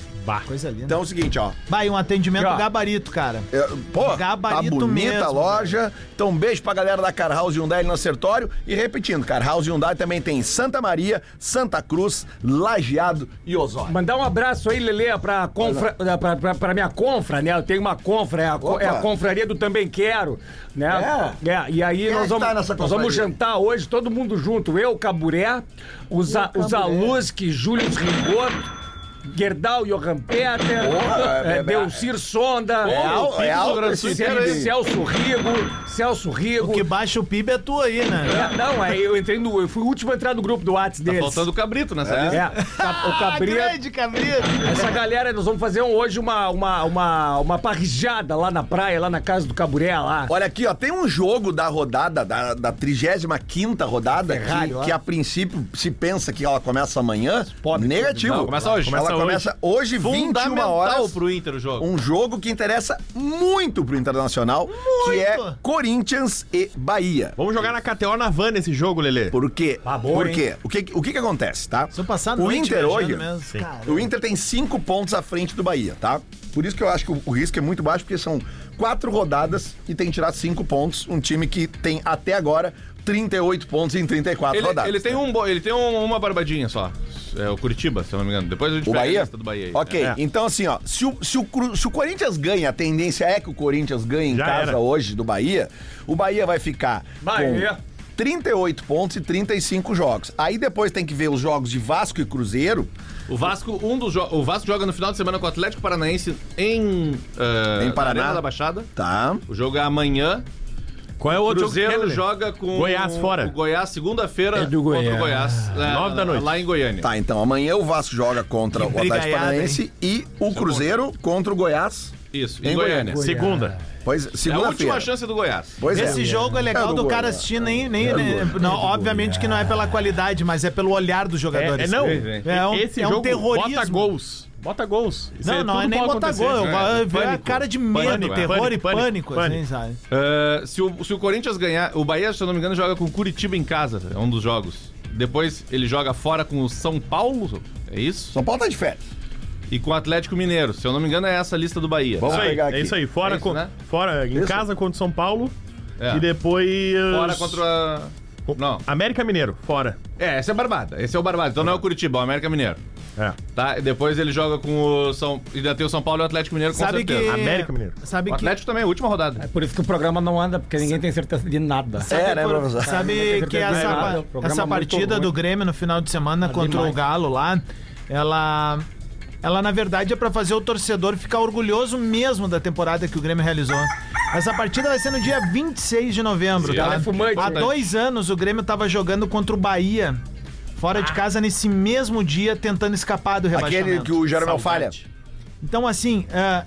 [SPEAKER 4] Coisa linda.
[SPEAKER 2] Então é o seguinte, ó.
[SPEAKER 4] Vai, um atendimento
[SPEAKER 5] Já.
[SPEAKER 4] gabarito, cara.
[SPEAKER 2] É, pô,
[SPEAKER 4] Gabarito
[SPEAKER 2] tá bonita
[SPEAKER 4] mesmo, né?
[SPEAKER 2] a loja. Então, um beijo pra galera da Car House Hyundai ali no Sertório. E repetindo, Car House Hyundai também tem em Santa Maria, Santa Cruz, Lajeado e Osório.
[SPEAKER 5] Mandar um abraço aí, Lele, pra, confra, pra, pra, pra minha confra, né? Eu tenho uma confra, é a, co-
[SPEAKER 2] Opa.
[SPEAKER 5] é a confraria do Também Quero, né? É. e aí
[SPEAKER 2] Quem é
[SPEAKER 5] nós,
[SPEAKER 2] que
[SPEAKER 5] vamos,
[SPEAKER 2] tá nessa
[SPEAKER 5] nós vamos
[SPEAKER 2] confraria?
[SPEAKER 5] jantar hoje, todo mundo junto. Eu, Caburé, os, a, os Aluski, Júlio Rigoto, Gerdau, Johan Peter,
[SPEAKER 2] Porra,
[SPEAKER 5] eh,
[SPEAKER 2] é- é-
[SPEAKER 5] Delcir Sonda,
[SPEAKER 2] É al- é alto
[SPEAKER 5] Celso-
[SPEAKER 2] esse time aí.
[SPEAKER 5] Celso Rigo, Celso Rigo.
[SPEAKER 4] O que baixa o PIB é tu aí, né?
[SPEAKER 5] É, Não, é, eu entrei no. Eu fui o último a entrar no grupo do Whats
[SPEAKER 7] Tá
[SPEAKER 5] deles.
[SPEAKER 7] faltando o cabrito nessa lista.
[SPEAKER 2] tá
[SPEAKER 5] É, Cap- o Cabrita.
[SPEAKER 4] grande cabrito.
[SPEAKER 5] Essa galera, nós vamos fazer um- hoje uma, uma, uma, uma parrijada lá na praia, lá na casa do Caburé, lá.
[SPEAKER 2] Olha aqui, ó, tem um jogo da rodada, da, da 35 rodada,
[SPEAKER 5] Ferrari, ó.
[SPEAKER 2] que, que a princípio se pensa que ela começa amanhã.
[SPEAKER 5] Pode.
[SPEAKER 2] negativo.
[SPEAKER 7] Não, começa hoje.
[SPEAKER 2] Ela
[SPEAKER 7] Começa
[SPEAKER 2] começa hoje, 21
[SPEAKER 7] Fundamental
[SPEAKER 2] horas.
[SPEAKER 7] pro Inter o jogo.
[SPEAKER 2] Um jogo que interessa muito pro Internacional, que é
[SPEAKER 4] Muito.
[SPEAKER 2] Corinthians e Bahia.
[SPEAKER 3] Vamos jogar na KTO na van nesse jogo, Lelê.
[SPEAKER 2] Por quê?
[SPEAKER 5] Ah, boa,
[SPEAKER 2] Por
[SPEAKER 5] hein?
[SPEAKER 2] quê? O que, o que que acontece, tá?
[SPEAKER 4] Se eu passar a
[SPEAKER 2] o
[SPEAKER 4] noite
[SPEAKER 2] Inter
[SPEAKER 4] viajando
[SPEAKER 2] hoje,
[SPEAKER 4] mesmo,
[SPEAKER 3] Sim.
[SPEAKER 4] cara.
[SPEAKER 2] o Inter tem cinco pontos à frente do Bahia, tá? Por isso que eu acho que o, o risco é muito baixo, porque são quatro rodadas e tem que tirar cinco pontos. Um time que tem até agora 38 pontos em 34
[SPEAKER 7] Ele,
[SPEAKER 2] rodadas.
[SPEAKER 7] ele tem, um, bo- ele tem um- uma barbadinha só. É o Curitiba, se eu não me engano. Depois a gente
[SPEAKER 2] O
[SPEAKER 7] pega a
[SPEAKER 2] Bahia?
[SPEAKER 7] lista do Bahia. aí.
[SPEAKER 2] ok,
[SPEAKER 7] É.
[SPEAKER 2] então assim, ó, se o, se, o, Cru- se o Corinthians ganha, a tendência é que o Corinthians ganhe em
[SPEAKER 3] Já
[SPEAKER 2] casa
[SPEAKER 3] era.
[SPEAKER 2] hoje do Bahia, o Bahia vai ficar
[SPEAKER 5] Bahia.
[SPEAKER 2] com 38 pontos e 35 jogos. Aí depois tem que ver os jogos de Vasco e Cruzeiro,
[SPEAKER 7] O Vasco, um dos jo- o Vasco joga no final de semana com o Atlético Paranaense em, eh,
[SPEAKER 2] Em
[SPEAKER 7] na
[SPEAKER 2] Paraná.
[SPEAKER 7] Arena da Baixada.
[SPEAKER 2] tá?
[SPEAKER 7] O jogo é amanhã.
[SPEAKER 3] Qual é o outro
[SPEAKER 7] Cruzeiro
[SPEAKER 3] jogo? que tem, Lelê?
[SPEAKER 7] joga com
[SPEAKER 3] Goiás fora.
[SPEAKER 7] o Goiás segunda-feira
[SPEAKER 5] É do
[SPEAKER 7] contra o Goiás. é,
[SPEAKER 3] Nove da noite.
[SPEAKER 7] Lá em Goiânia.
[SPEAKER 2] Tá, então amanhã o Vasco joga contra o Atlético
[SPEAKER 4] brigaiada,
[SPEAKER 2] Paranaense e
[SPEAKER 7] é
[SPEAKER 2] o Cruzeiro contra o Goiás.
[SPEAKER 7] Isso,
[SPEAKER 2] Em
[SPEAKER 7] em, Goiânia.
[SPEAKER 5] Goiânia.
[SPEAKER 3] Segunda.
[SPEAKER 2] Pois
[SPEAKER 7] É a
[SPEAKER 2] segunda-feira.
[SPEAKER 7] última chance do Goiás.
[SPEAKER 2] Pois
[SPEAKER 4] Esse jogo é legal
[SPEAKER 2] do
[SPEAKER 4] do cara
[SPEAKER 2] Goiás.
[SPEAKER 4] assistir, nem, nem,
[SPEAKER 2] É do
[SPEAKER 4] nem-
[SPEAKER 2] Goiás.
[SPEAKER 4] não, obviamente que não é pela qualidade, mas é pelo olhar dos
[SPEAKER 3] É, é
[SPEAKER 4] jogadores.
[SPEAKER 3] não.
[SPEAKER 4] É um-
[SPEAKER 3] Esse
[SPEAKER 4] é um
[SPEAKER 3] jogo
[SPEAKER 4] terrorismo.
[SPEAKER 3] bota gols. Bota gols. Isso
[SPEAKER 4] Não,
[SPEAKER 3] é-
[SPEAKER 4] não
[SPEAKER 3] tudo
[SPEAKER 4] é nem
[SPEAKER 3] pode
[SPEAKER 4] botar
[SPEAKER 3] acontecer.
[SPEAKER 4] gol,
[SPEAKER 7] né?
[SPEAKER 4] é ver a
[SPEAKER 7] Pânico.
[SPEAKER 4] cara de medo,
[SPEAKER 3] Pânico, é.
[SPEAKER 4] terror e
[SPEAKER 3] Pânico,
[SPEAKER 4] pânico, assim,
[SPEAKER 3] pânico.
[SPEAKER 4] sabe?
[SPEAKER 7] Eh, se, o, se o Corinthians ganhar, o Bahia, se eu não me engano, joga com o Curitiba em casa. É um dos jogos. Depois ele joga fora com o São Paulo. É isso?
[SPEAKER 2] São Paulo tá de férias.
[SPEAKER 7] E com o Atlético Mineiro. Se eu não me engano, é essa a lista do Bahia.
[SPEAKER 2] Vamos
[SPEAKER 3] Isso aí,
[SPEAKER 2] pegar aqui.
[SPEAKER 3] é isso aí. Fora,
[SPEAKER 7] É isso,
[SPEAKER 3] com-
[SPEAKER 7] né?
[SPEAKER 3] fora em
[SPEAKER 2] Isso.
[SPEAKER 3] casa contra o São Paulo.
[SPEAKER 7] É.
[SPEAKER 3] E depois.
[SPEAKER 7] Fora contra a... Não.
[SPEAKER 3] América Mineiro, fora.
[SPEAKER 7] É, esse é Barbada. Esse é o Barbada. Então não é o Curitiba, é o América Mineiro.
[SPEAKER 3] É.
[SPEAKER 7] Tá? E depois ele joga com o São... E ainda tem o São Paulo e o Atlético Mineiro, com
[SPEAKER 4] Sabe que,
[SPEAKER 7] certeza.
[SPEAKER 3] América Mineiro.
[SPEAKER 4] Sabe
[SPEAKER 7] O
[SPEAKER 4] que
[SPEAKER 7] Atlético também é a última rodada.
[SPEAKER 5] Por isso que o programa não anda, porque ninguém tem certeza de nada.
[SPEAKER 2] É, né, professor?
[SPEAKER 4] Sabe que essa,
[SPEAKER 5] é Programa
[SPEAKER 4] pa-
[SPEAKER 5] muito
[SPEAKER 4] essa
[SPEAKER 5] ruim. Ah,
[SPEAKER 4] partida do Grêmio no final de semana contra
[SPEAKER 5] demais.
[SPEAKER 4] o Galo lá, ela. Ela, na verdade, é pra fazer o torcedor ficar orgulhoso mesmo da temporada que o Grêmio realizou. Essa partida vai ser no dia 26 de novembro.
[SPEAKER 7] Sim,
[SPEAKER 4] Tá?
[SPEAKER 7] ela é
[SPEAKER 5] fumante,
[SPEAKER 4] Há
[SPEAKER 5] né?
[SPEAKER 4] dois anos o Grêmio tava jogando contra o Bahia, fora de casa, nesse mesmo dia, tentando escapar do rebaixamento.
[SPEAKER 2] Aquele que o Jeromel falha.
[SPEAKER 4] Então, assim, ah,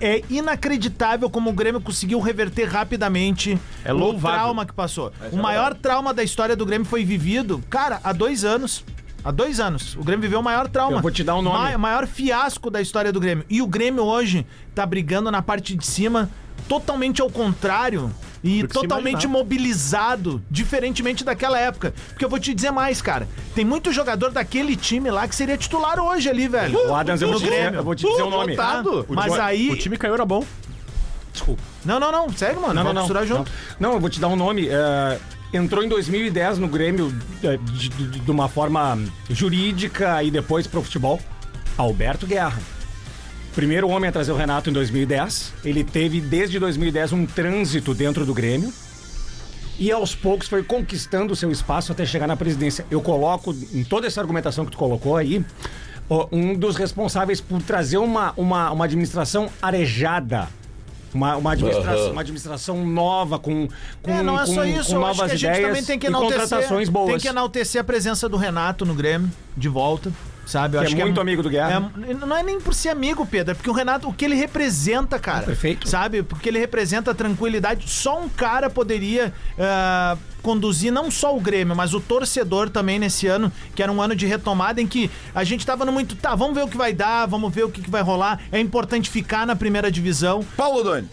[SPEAKER 4] é inacreditável como o Grêmio conseguiu reverter rapidamente
[SPEAKER 3] É
[SPEAKER 4] o
[SPEAKER 3] louvável.
[SPEAKER 4] trauma que passou. o maior trauma da história do Grêmio foi vivido, cara, há dois anos. Há dois anos. O Grêmio viveu o maior trauma.
[SPEAKER 5] Eu vou te dar um nome.
[SPEAKER 4] Ma- maior fiasco da história do Grêmio. E o Grêmio hoje tá brigando na parte de cima, totalmente ao contrário e
[SPEAKER 3] Do que se
[SPEAKER 4] totalmente
[SPEAKER 3] imaginava.
[SPEAKER 4] mobilizado, diferentemente daquela época. Porque eu vou te dizer mais, cara. Tem muito jogador daquele time lá que seria titular hoje ali, velho.
[SPEAKER 5] O Adams, eu vou
[SPEAKER 4] No
[SPEAKER 5] te dizer,
[SPEAKER 4] Grêmio.
[SPEAKER 5] eu vou te dizer o nome.
[SPEAKER 4] Lotado.
[SPEAKER 5] O
[SPEAKER 4] Mas
[SPEAKER 3] é-
[SPEAKER 5] Jo-
[SPEAKER 4] aí-
[SPEAKER 5] O time caiu, era bom.
[SPEAKER 4] Não, não, não. Segue, mano.
[SPEAKER 5] Não, não,
[SPEAKER 4] Vamos
[SPEAKER 5] não.
[SPEAKER 4] costurar
[SPEAKER 5] Não,
[SPEAKER 4] é junto.
[SPEAKER 5] Não, eu vou te dar um nome. é, entrou em 2010 no Grêmio é, de, de- de uma forma jurídica e depois pro futebol. Alberto Guerra. Primeiro homem a trazer o Renato em 2010. Ele teve desde 2010 um trânsito dentro do Grêmio. E aos poucos foi conquistando o seu espaço até chegar na presidência. Eu coloco, em toda essa argumentação que tu colocou aí, ó, um dos responsáveis por trazer uma, uma, uma administração arejada. Uma, uma, administração, uma administração nova, com, com,
[SPEAKER 4] É, não é
[SPEAKER 5] com,
[SPEAKER 4] só isso.
[SPEAKER 5] com
[SPEAKER 4] eu
[SPEAKER 5] novas
[SPEAKER 4] acho que a gente
[SPEAKER 5] ideias
[SPEAKER 4] também tem que
[SPEAKER 5] e
[SPEAKER 4] enaltecer.
[SPEAKER 5] contratações
[SPEAKER 4] Tem
[SPEAKER 5] boas.
[SPEAKER 4] que enaltecer a presença do Renato no Grêmio, de volta. Sabe? Eu
[SPEAKER 5] Que é
[SPEAKER 4] acho
[SPEAKER 5] muito amigo do Guerra.
[SPEAKER 4] é- não é nem por ser amigo, Pedro, é porque o Renato, o que ele representa, cara.
[SPEAKER 5] É Perfeito.
[SPEAKER 4] Sabe? Porque ele representa a tranquilidade. Só um cara poderia ah, conduzir não só o Grêmio, mas o torcedor também nesse ano, que era um ano de retomada em que a gente tava no muito. Tá, vamos ver o que vai dar, vamos ver o que, que vai rolar. É importante ficar na primeira divisão.
[SPEAKER 2] Paulo Doni.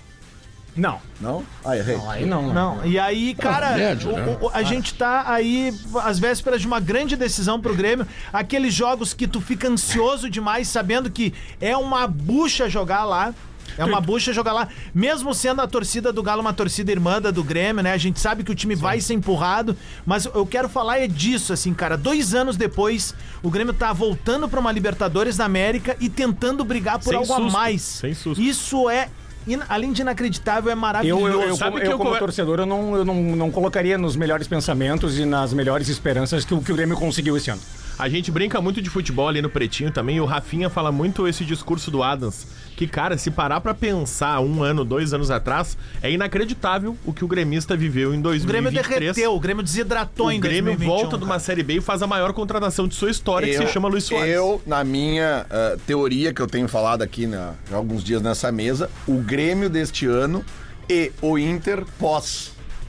[SPEAKER 5] Não,
[SPEAKER 2] Não? Ah, errei.
[SPEAKER 5] aí não. não.
[SPEAKER 4] Não, e aí, cara,
[SPEAKER 6] médio,
[SPEAKER 4] o-
[SPEAKER 6] né?
[SPEAKER 4] o- a gente tá aí às vésperas de uma grande decisão pro Grêmio. Aqueles jogos que tu fica ansioso demais, sabendo que é uma bucha jogar lá. É uma bucha jogar lá, mesmo sendo a torcida do Galo uma torcida irmã da do Grêmio, né? A gente sabe que o time vai ser empurrado, mas eu quero falar é disso, assim, cara. Dois anos depois, o Grêmio tá voltando pra uma Libertadores da América e tentando brigar por
[SPEAKER 3] Sem
[SPEAKER 4] algo a
[SPEAKER 3] susto,
[SPEAKER 4] mais.
[SPEAKER 3] sem susto.
[SPEAKER 4] Isso é, in- além de inacreditável, é
[SPEAKER 5] Eu,
[SPEAKER 4] maravilhoso.
[SPEAKER 5] eu, eu,
[SPEAKER 3] Sabe
[SPEAKER 5] como-
[SPEAKER 3] que
[SPEAKER 5] eu
[SPEAKER 3] eu
[SPEAKER 5] como
[SPEAKER 3] come-
[SPEAKER 5] torcedor, eu, não, eu não, não colocaria nos melhores pensamentos e nas melhores esperanças que, o- que o Grêmio conseguiu esse ano.
[SPEAKER 3] A gente brinca muito de futebol ali no Pretinho também, e o Rafinha fala muito esse discurso do Adams. Que, cara, se parar pra pensar um ano, dois anos atrás, é inacreditável o que o gremista viveu em
[SPEAKER 4] O Grêmio
[SPEAKER 3] 2023.
[SPEAKER 4] derreteu, o Grêmio desidratou
[SPEAKER 3] O
[SPEAKER 4] em
[SPEAKER 3] Grêmio
[SPEAKER 4] 2021,
[SPEAKER 3] volta de
[SPEAKER 4] cara.
[SPEAKER 3] uma Série B e faz a maior contratação de sua história, que
[SPEAKER 2] Eu-
[SPEAKER 3] se chama Luiz Soares.
[SPEAKER 2] Eu, na minha ah, teoria que eu tenho falado aqui na, há alguns dias nessa mesa, o Grêmio deste ano e o Inter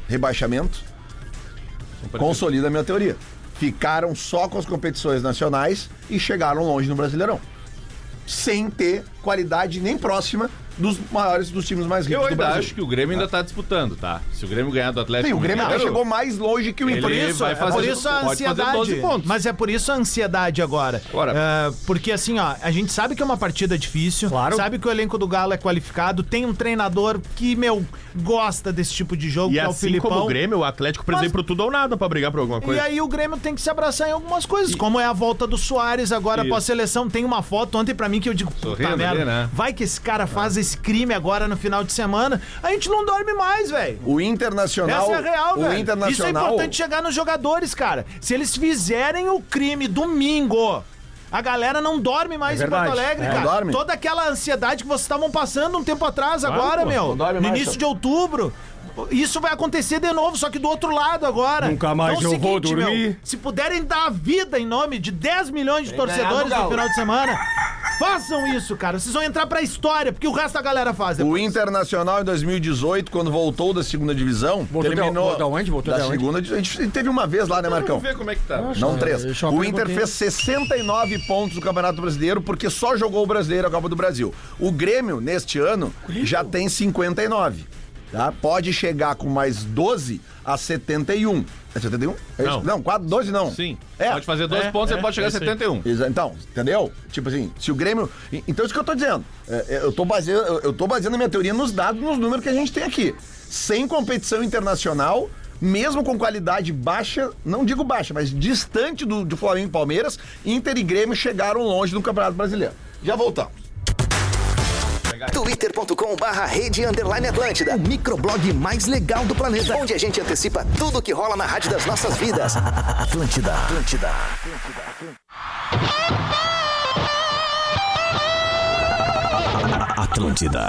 [SPEAKER 2] pós-rebaixamento consolida a minha teoria. Ficaram só com as competições nacionais e chegaram longe no Brasileirão. Sem ter qualidade nem próxima dos maiores, dos times mais ricos
[SPEAKER 7] Eu
[SPEAKER 2] do
[SPEAKER 7] ainda
[SPEAKER 2] Brasil.
[SPEAKER 7] acho que o Grêmio
[SPEAKER 4] É.
[SPEAKER 7] ainda tá disputando, tá? Se o Grêmio ganhar do Atlético.
[SPEAKER 2] Sim, o Grêmio até
[SPEAKER 7] Mineiro,
[SPEAKER 2] chegou mais longe que o
[SPEAKER 7] Ele
[SPEAKER 2] Inter.
[SPEAKER 7] vai fazer,
[SPEAKER 4] Por isso a
[SPEAKER 7] pode fazer
[SPEAKER 4] ansiedade.
[SPEAKER 7] 12 pontos.
[SPEAKER 4] Mas é por isso a ansiedade agora.
[SPEAKER 7] Ora.
[SPEAKER 4] É, porque assim, ó, a gente sabe que é uma partida difícil,
[SPEAKER 5] Claro.
[SPEAKER 4] sabe que o elenco do Galo é qualificado, tem um treinador que, meu, gosta desse tipo de jogo,
[SPEAKER 3] E
[SPEAKER 4] que é o
[SPEAKER 3] assim
[SPEAKER 4] Filipão.
[SPEAKER 3] como o Grêmio, o Atlético precisa
[SPEAKER 4] Mas-
[SPEAKER 3] ir pro tudo ou nada pra brigar por alguma
[SPEAKER 4] E
[SPEAKER 3] coisa.
[SPEAKER 4] aí o Grêmio tem que se abraçar em algumas coisas, como é a volta do Soares agora
[SPEAKER 7] Isso.
[SPEAKER 4] pós-seleção. Tem uma foto ontem pra mim que eu digo, puta
[SPEAKER 7] Sorrindo
[SPEAKER 4] merda,
[SPEAKER 7] ali, né?
[SPEAKER 4] vai que esse cara faz esse crime agora no final de semana, a gente não dorme mais, velho.
[SPEAKER 2] O Internacional.
[SPEAKER 4] Essa é a real,
[SPEAKER 2] o
[SPEAKER 4] velho.
[SPEAKER 2] Internacional.
[SPEAKER 4] Isso é importante chegar nos jogadores, cara. Se eles fizerem o crime domingo, a galera não dorme mais
[SPEAKER 5] É
[SPEAKER 4] em Porto
[SPEAKER 5] verdade.
[SPEAKER 4] Alegre,
[SPEAKER 2] É,
[SPEAKER 4] cara.
[SPEAKER 2] não dorme.
[SPEAKER 4] Toda aquela ansiedade que vocês estavam passando um tempo atrás, agora,
[SPEAKER 3] pô,
[SPEAKER 4] meu.
[SPEAKER 2] não dorme
[SPEAKER 4] no
[SPEAKER 2] mais,
[SPEAKER 4] início
[SPEAKER 2] só.
[SPEAKER 4] de outubro. Isso vai acontecer de novo, só que do outro lado agora.
[SPEAKER 5] Nunca mais
[SPEAKER 4] é o
[SPEAKER 5] eu vou
[SPEAKER 4] meu,
[SPEAKER 5] dormir.
[SPEAKER 4] se puderem dar a vida em nome de 10 milhões de torcedores
[SPEAKER 5] ganhar do
[SPEAKER 4] no final de semana, façam isso, cara. Vocês vão entrar pra história, porque o resto da galera faz.
[SPEAKER 2] O
[SPEAKER 4] depois.
[SPEAKER 2] Internacional em 2018, quando voltou da segunda divisão,
[SPEAKER 5] Voltou de-
[SPEAKER 2] terminou.
[SPEAKER 5] da onde? Voltou
[SPEAKER 2] da
[SPEAKER 5] de onde?
[SPEAKER 2] segunda divisão. A gente teve uma vez lá, né, Marcão?
[SPEAKER 7] Vamos ver como é que tá.
[SPEAKER 2] Não três.
[SPEAKER 5] deixa eu
[SPEAKER 2] O
[SPEAKER 5] abrir um
[SPEAKER 2] Inter
[SPEAKER 5] pouquinho.
[SPEAKER 2] fez 69 pontos no Campeonato Brasileiro, porque só jogou o brasileiro a Copa do Brasil. O Grêmio, neste ano, já tem 59. Tá? Pode chegar com mais 12 a 71. É 71? É isso?
[SPEAKER 3] Não.
[SPEAKER 2] não, 4, 12 não.
[SPEAKER 7] Sim.
[SPEAKER 2] É.
[SPEAKER 7] Pode fazer 12
[SPEAKER 3] É,
[SPEAKER 7] pontos,
[SPEAKER 3] é,
[SPEAKER 7] você pode chegar
[SPEAKER 3] é
[SPEAKER 7] a
[SPEAKER 3] isso aí.
[SPEAKER 7] 71.
[SPEAKER 2] Exa- Então, entendeu? Tipo assim, se o Grêmio. e- Então, isso que eu tô dizendo. É, é, Eu tô, baseando, eu- eu tô baseando a minha teoria nos dados, nos números que a gente tem aqui. Sem competição internacional, mesmo com qualidade baixa, não digo baixa, mas distante do, do Flamengo e Palmeiras, Inter e Grêmio chegaram longe no Campeonato Brasileiro. Já voltamos.
[SPEAKER 9] twitter.com barra rede underline Atlântida, o microblog mais legal do planeta, onde a gente antecipa tudo que rola na rádio das nossas vidas. Atlântida, Atlântida.
[SPEAKER 1] Atlântida, Atlântida,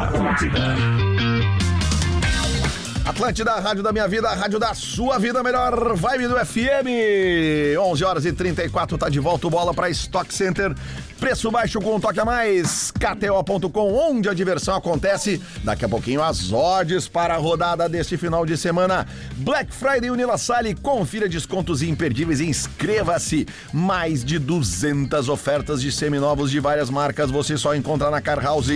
[SPEAKER 1] Atlântida.
[SPEAKER 2] Atlântida, a rádio da minha vida, a rádio da sua vida, a melhor vibe do FM. 11 horas e 34, tá de volta o bola pra Stock Center. Preço baixo com um toque a mais. KTO.com, onde a diversão acontece. Daqui a pouquinho as odds para a rodada deste final de semana. Black Friday Unila Sale, confira descontos imperdíveis e inscreva-se. Mais de 200 ofertas de seminovos de várias marcas você só encontra na Car House.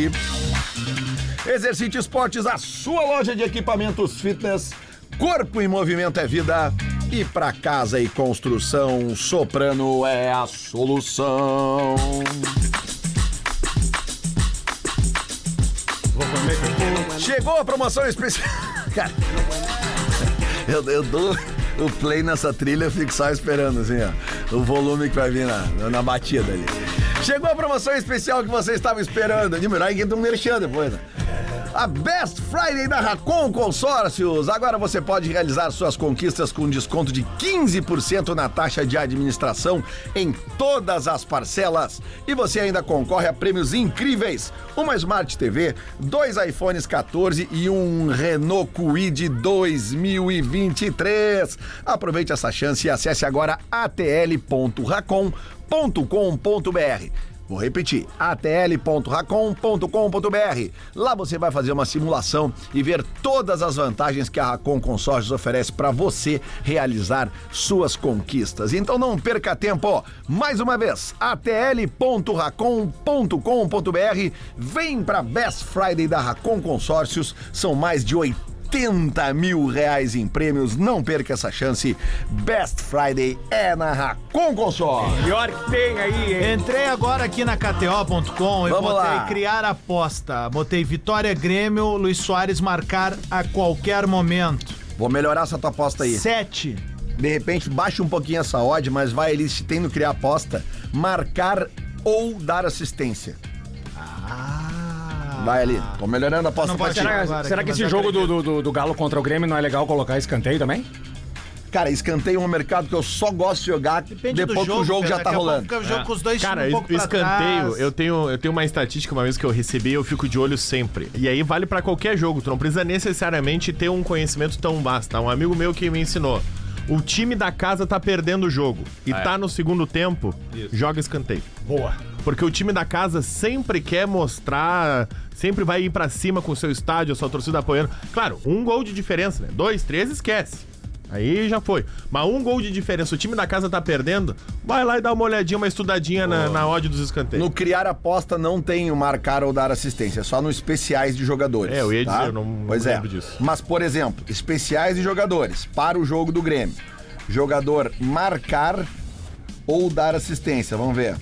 [SPEAKER 2] Exercite Esportes, a sua loja de equipamentos fitness. Corpo em movimento é vida. E para casa e construção, Soprano é a solução. Chegou a promoção especial. Cara, eu, eu dou o play nessa trilha, eu fico só esperando, assim, ó. O volume que vai vir na, na batida ali. Chegou a promoção especial que você estava esperando. De melhor que do merchan depois, né? A Best Friday da Racon Consórcios. Agora você pode realizar suas conquistas com desconto de 15% na taxa de administração em todas as parcelas. E você ainda concorre a prêmios incríveis: uma Smart TV, dois iPhones 14 e um Renault Kwid 2023. Aproveite essa chance e acesse agora atl.racon.com.br. Vou repetir, atl.racon.com.br. Lá você vai fazer uma simulação e ver todas as vantagens que a Racon Consórcios oferece para você realizar suas conquistas. Então não perca tempo. Mais uma vez, atl.racon.com.br. Vem para Best Friday da Racon Consórcios. São mais de 80 mil reais em prêmios. Não perca essa chance. Best Friday é na Racon Consórcios.
[SPEAKER 5] Pior que tem aí, hein?
[SPEAKER 4] Entrei agora aqui na KTO.com e
[SPEAKER 2] Vamos
[SPEAKER 4] botei
[SPEAKER 2] lá.
[SPEAKER 4] criar aposta. Botei Vitória Grêmio, Luiz Soares marcar a qualquer momento.
[SPEAKER 2] Vou melhorar essa tua aposta aí.
[SPEAKER 4] Sete.
[SPEAKER 2] De repente, baixa um pouquinho essa odd, mas vai ali se tendo criar aposta, marcar ou dar assistência.
[SPEAKER 4] Ah.
[SPEAKER 2] Vai ali. Tô melhorando a aposta
[SPEAKER 4] Não
[SPEAKER 2] pra
[SPEAKER 4] pode
[SPEAKER 2] ti.
[SPEAKER 4] tirar.
[SPEAKER 5] Será,
[SPEAKER 4] Agora
[SPEAKER 5] será
[SPEAKER 4] que mais
[SPEAKER 5] que esse jogo do, do, do Galo contra o Grêmio não é legal colocar escanteio também?
[SPEAKER 10] Cara, escanteio é um mercado que eu só gosto de jogar
[SPEAKER 4] Depende
[SPEAKER 10] depois
[SPEAKER 4] do jogo,
[SPEAKER 10] que o jogo
[SPEAKER 4] cara,
[SPEAKER 10] já tá
[SPEAKER 4] daqui a pouco
[SPEAKER 10] rolando.
[SPEAKER 4] Fica o jogo com os dois
[SPEAKER 3] É. Cara,
[SPEAKER 4] times um
[SPEAKER 3] es-
[SPEAKER 4] pouco pra
[SPEAKER 3] escanteio,
[SPEAKER 4] trás.
[SPEAKER 3] eu tenho, eu tenho uma estatística uma vez que eu recebi, eu fico de olho sempre. E aí vale pra qualquer jogo, tu não precisa necessariamente ter um conhecimento tão vasto. tá? Um amigo meu que me ensinou. O time da casa tá perdendo o jogo e tá no segundo tempo, joga escanteio.
[SPEAKER 5] Boa.
[SPEAKER 3] Porque o time da casa sempre quer mostrar, sempre vai ir pra cima com o seu estádio, a sua torcida apoiando. Claro, um gol de diferença, né? Dois, três, esquece. Aí já foi. Mas um gol de diferença, o time da casa tá perdendo, vai lá e dá uma olhadinha, uma estudadinha na, na ódio dos escanteios.
[SPEAKER 10] No criar aposta não tem o marcar ou dar assistência, é só nos especiais de jogadores.
[SPEAKER 3] É, eu ia dizer, eu não- não
[SPEAKER 10] pois é.
[SPEAKER 3] lembro disso.
[SPEAKER 10] Mas, por exemplo, especiais de jogadores para o jogo do Grêmio. Jogador marcar ou dar assistência, vamos ver.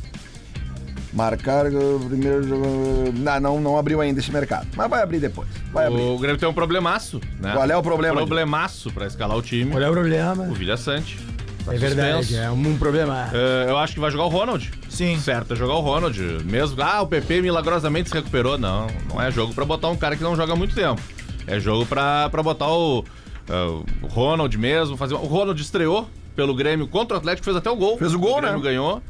[SPEAKER 10] Marcar o primeiro jogador. Não, não, não abriu ainda esse mercado. Mas vai abrir depois. Vai abrir.
[SPEAKER 7] O Grêmio tem um problemaço, né?
[SPEAKER 10] Qual é o problema,
[SPEAKER 7] Problemaço pra escalar o time.
[SPEAKER 5] Olha o problema.
[SPEAKER 7] O Vilha Sante. Eh,
[SPEAKER 5] É verdade, é um problema.
[SPEAKER 7] eu acho que vai jogar o Ronald.
[SPEAKER 4] Sim.
[SPEAKER 7] Certo, é jogar o Ronald. Mesmo. Ah, o PP milagrosamente se recuperou. Não, não é jogo pra botar um cara que não joga há muito tempo.
[SPEAKER 3] Ah,
[SPEAKER 7] É jogo pra, pra botar o, é, o Ronald mesmo. Fazer... O Ronald estreou pelo Grêmio contra o Atlético, fez até o gol.
[SPEAKER 10] Fez o gol,
[SPEAKER 7] Grêmio
[SPEAKER 10] né?
[SPEAKER 7] ganhou.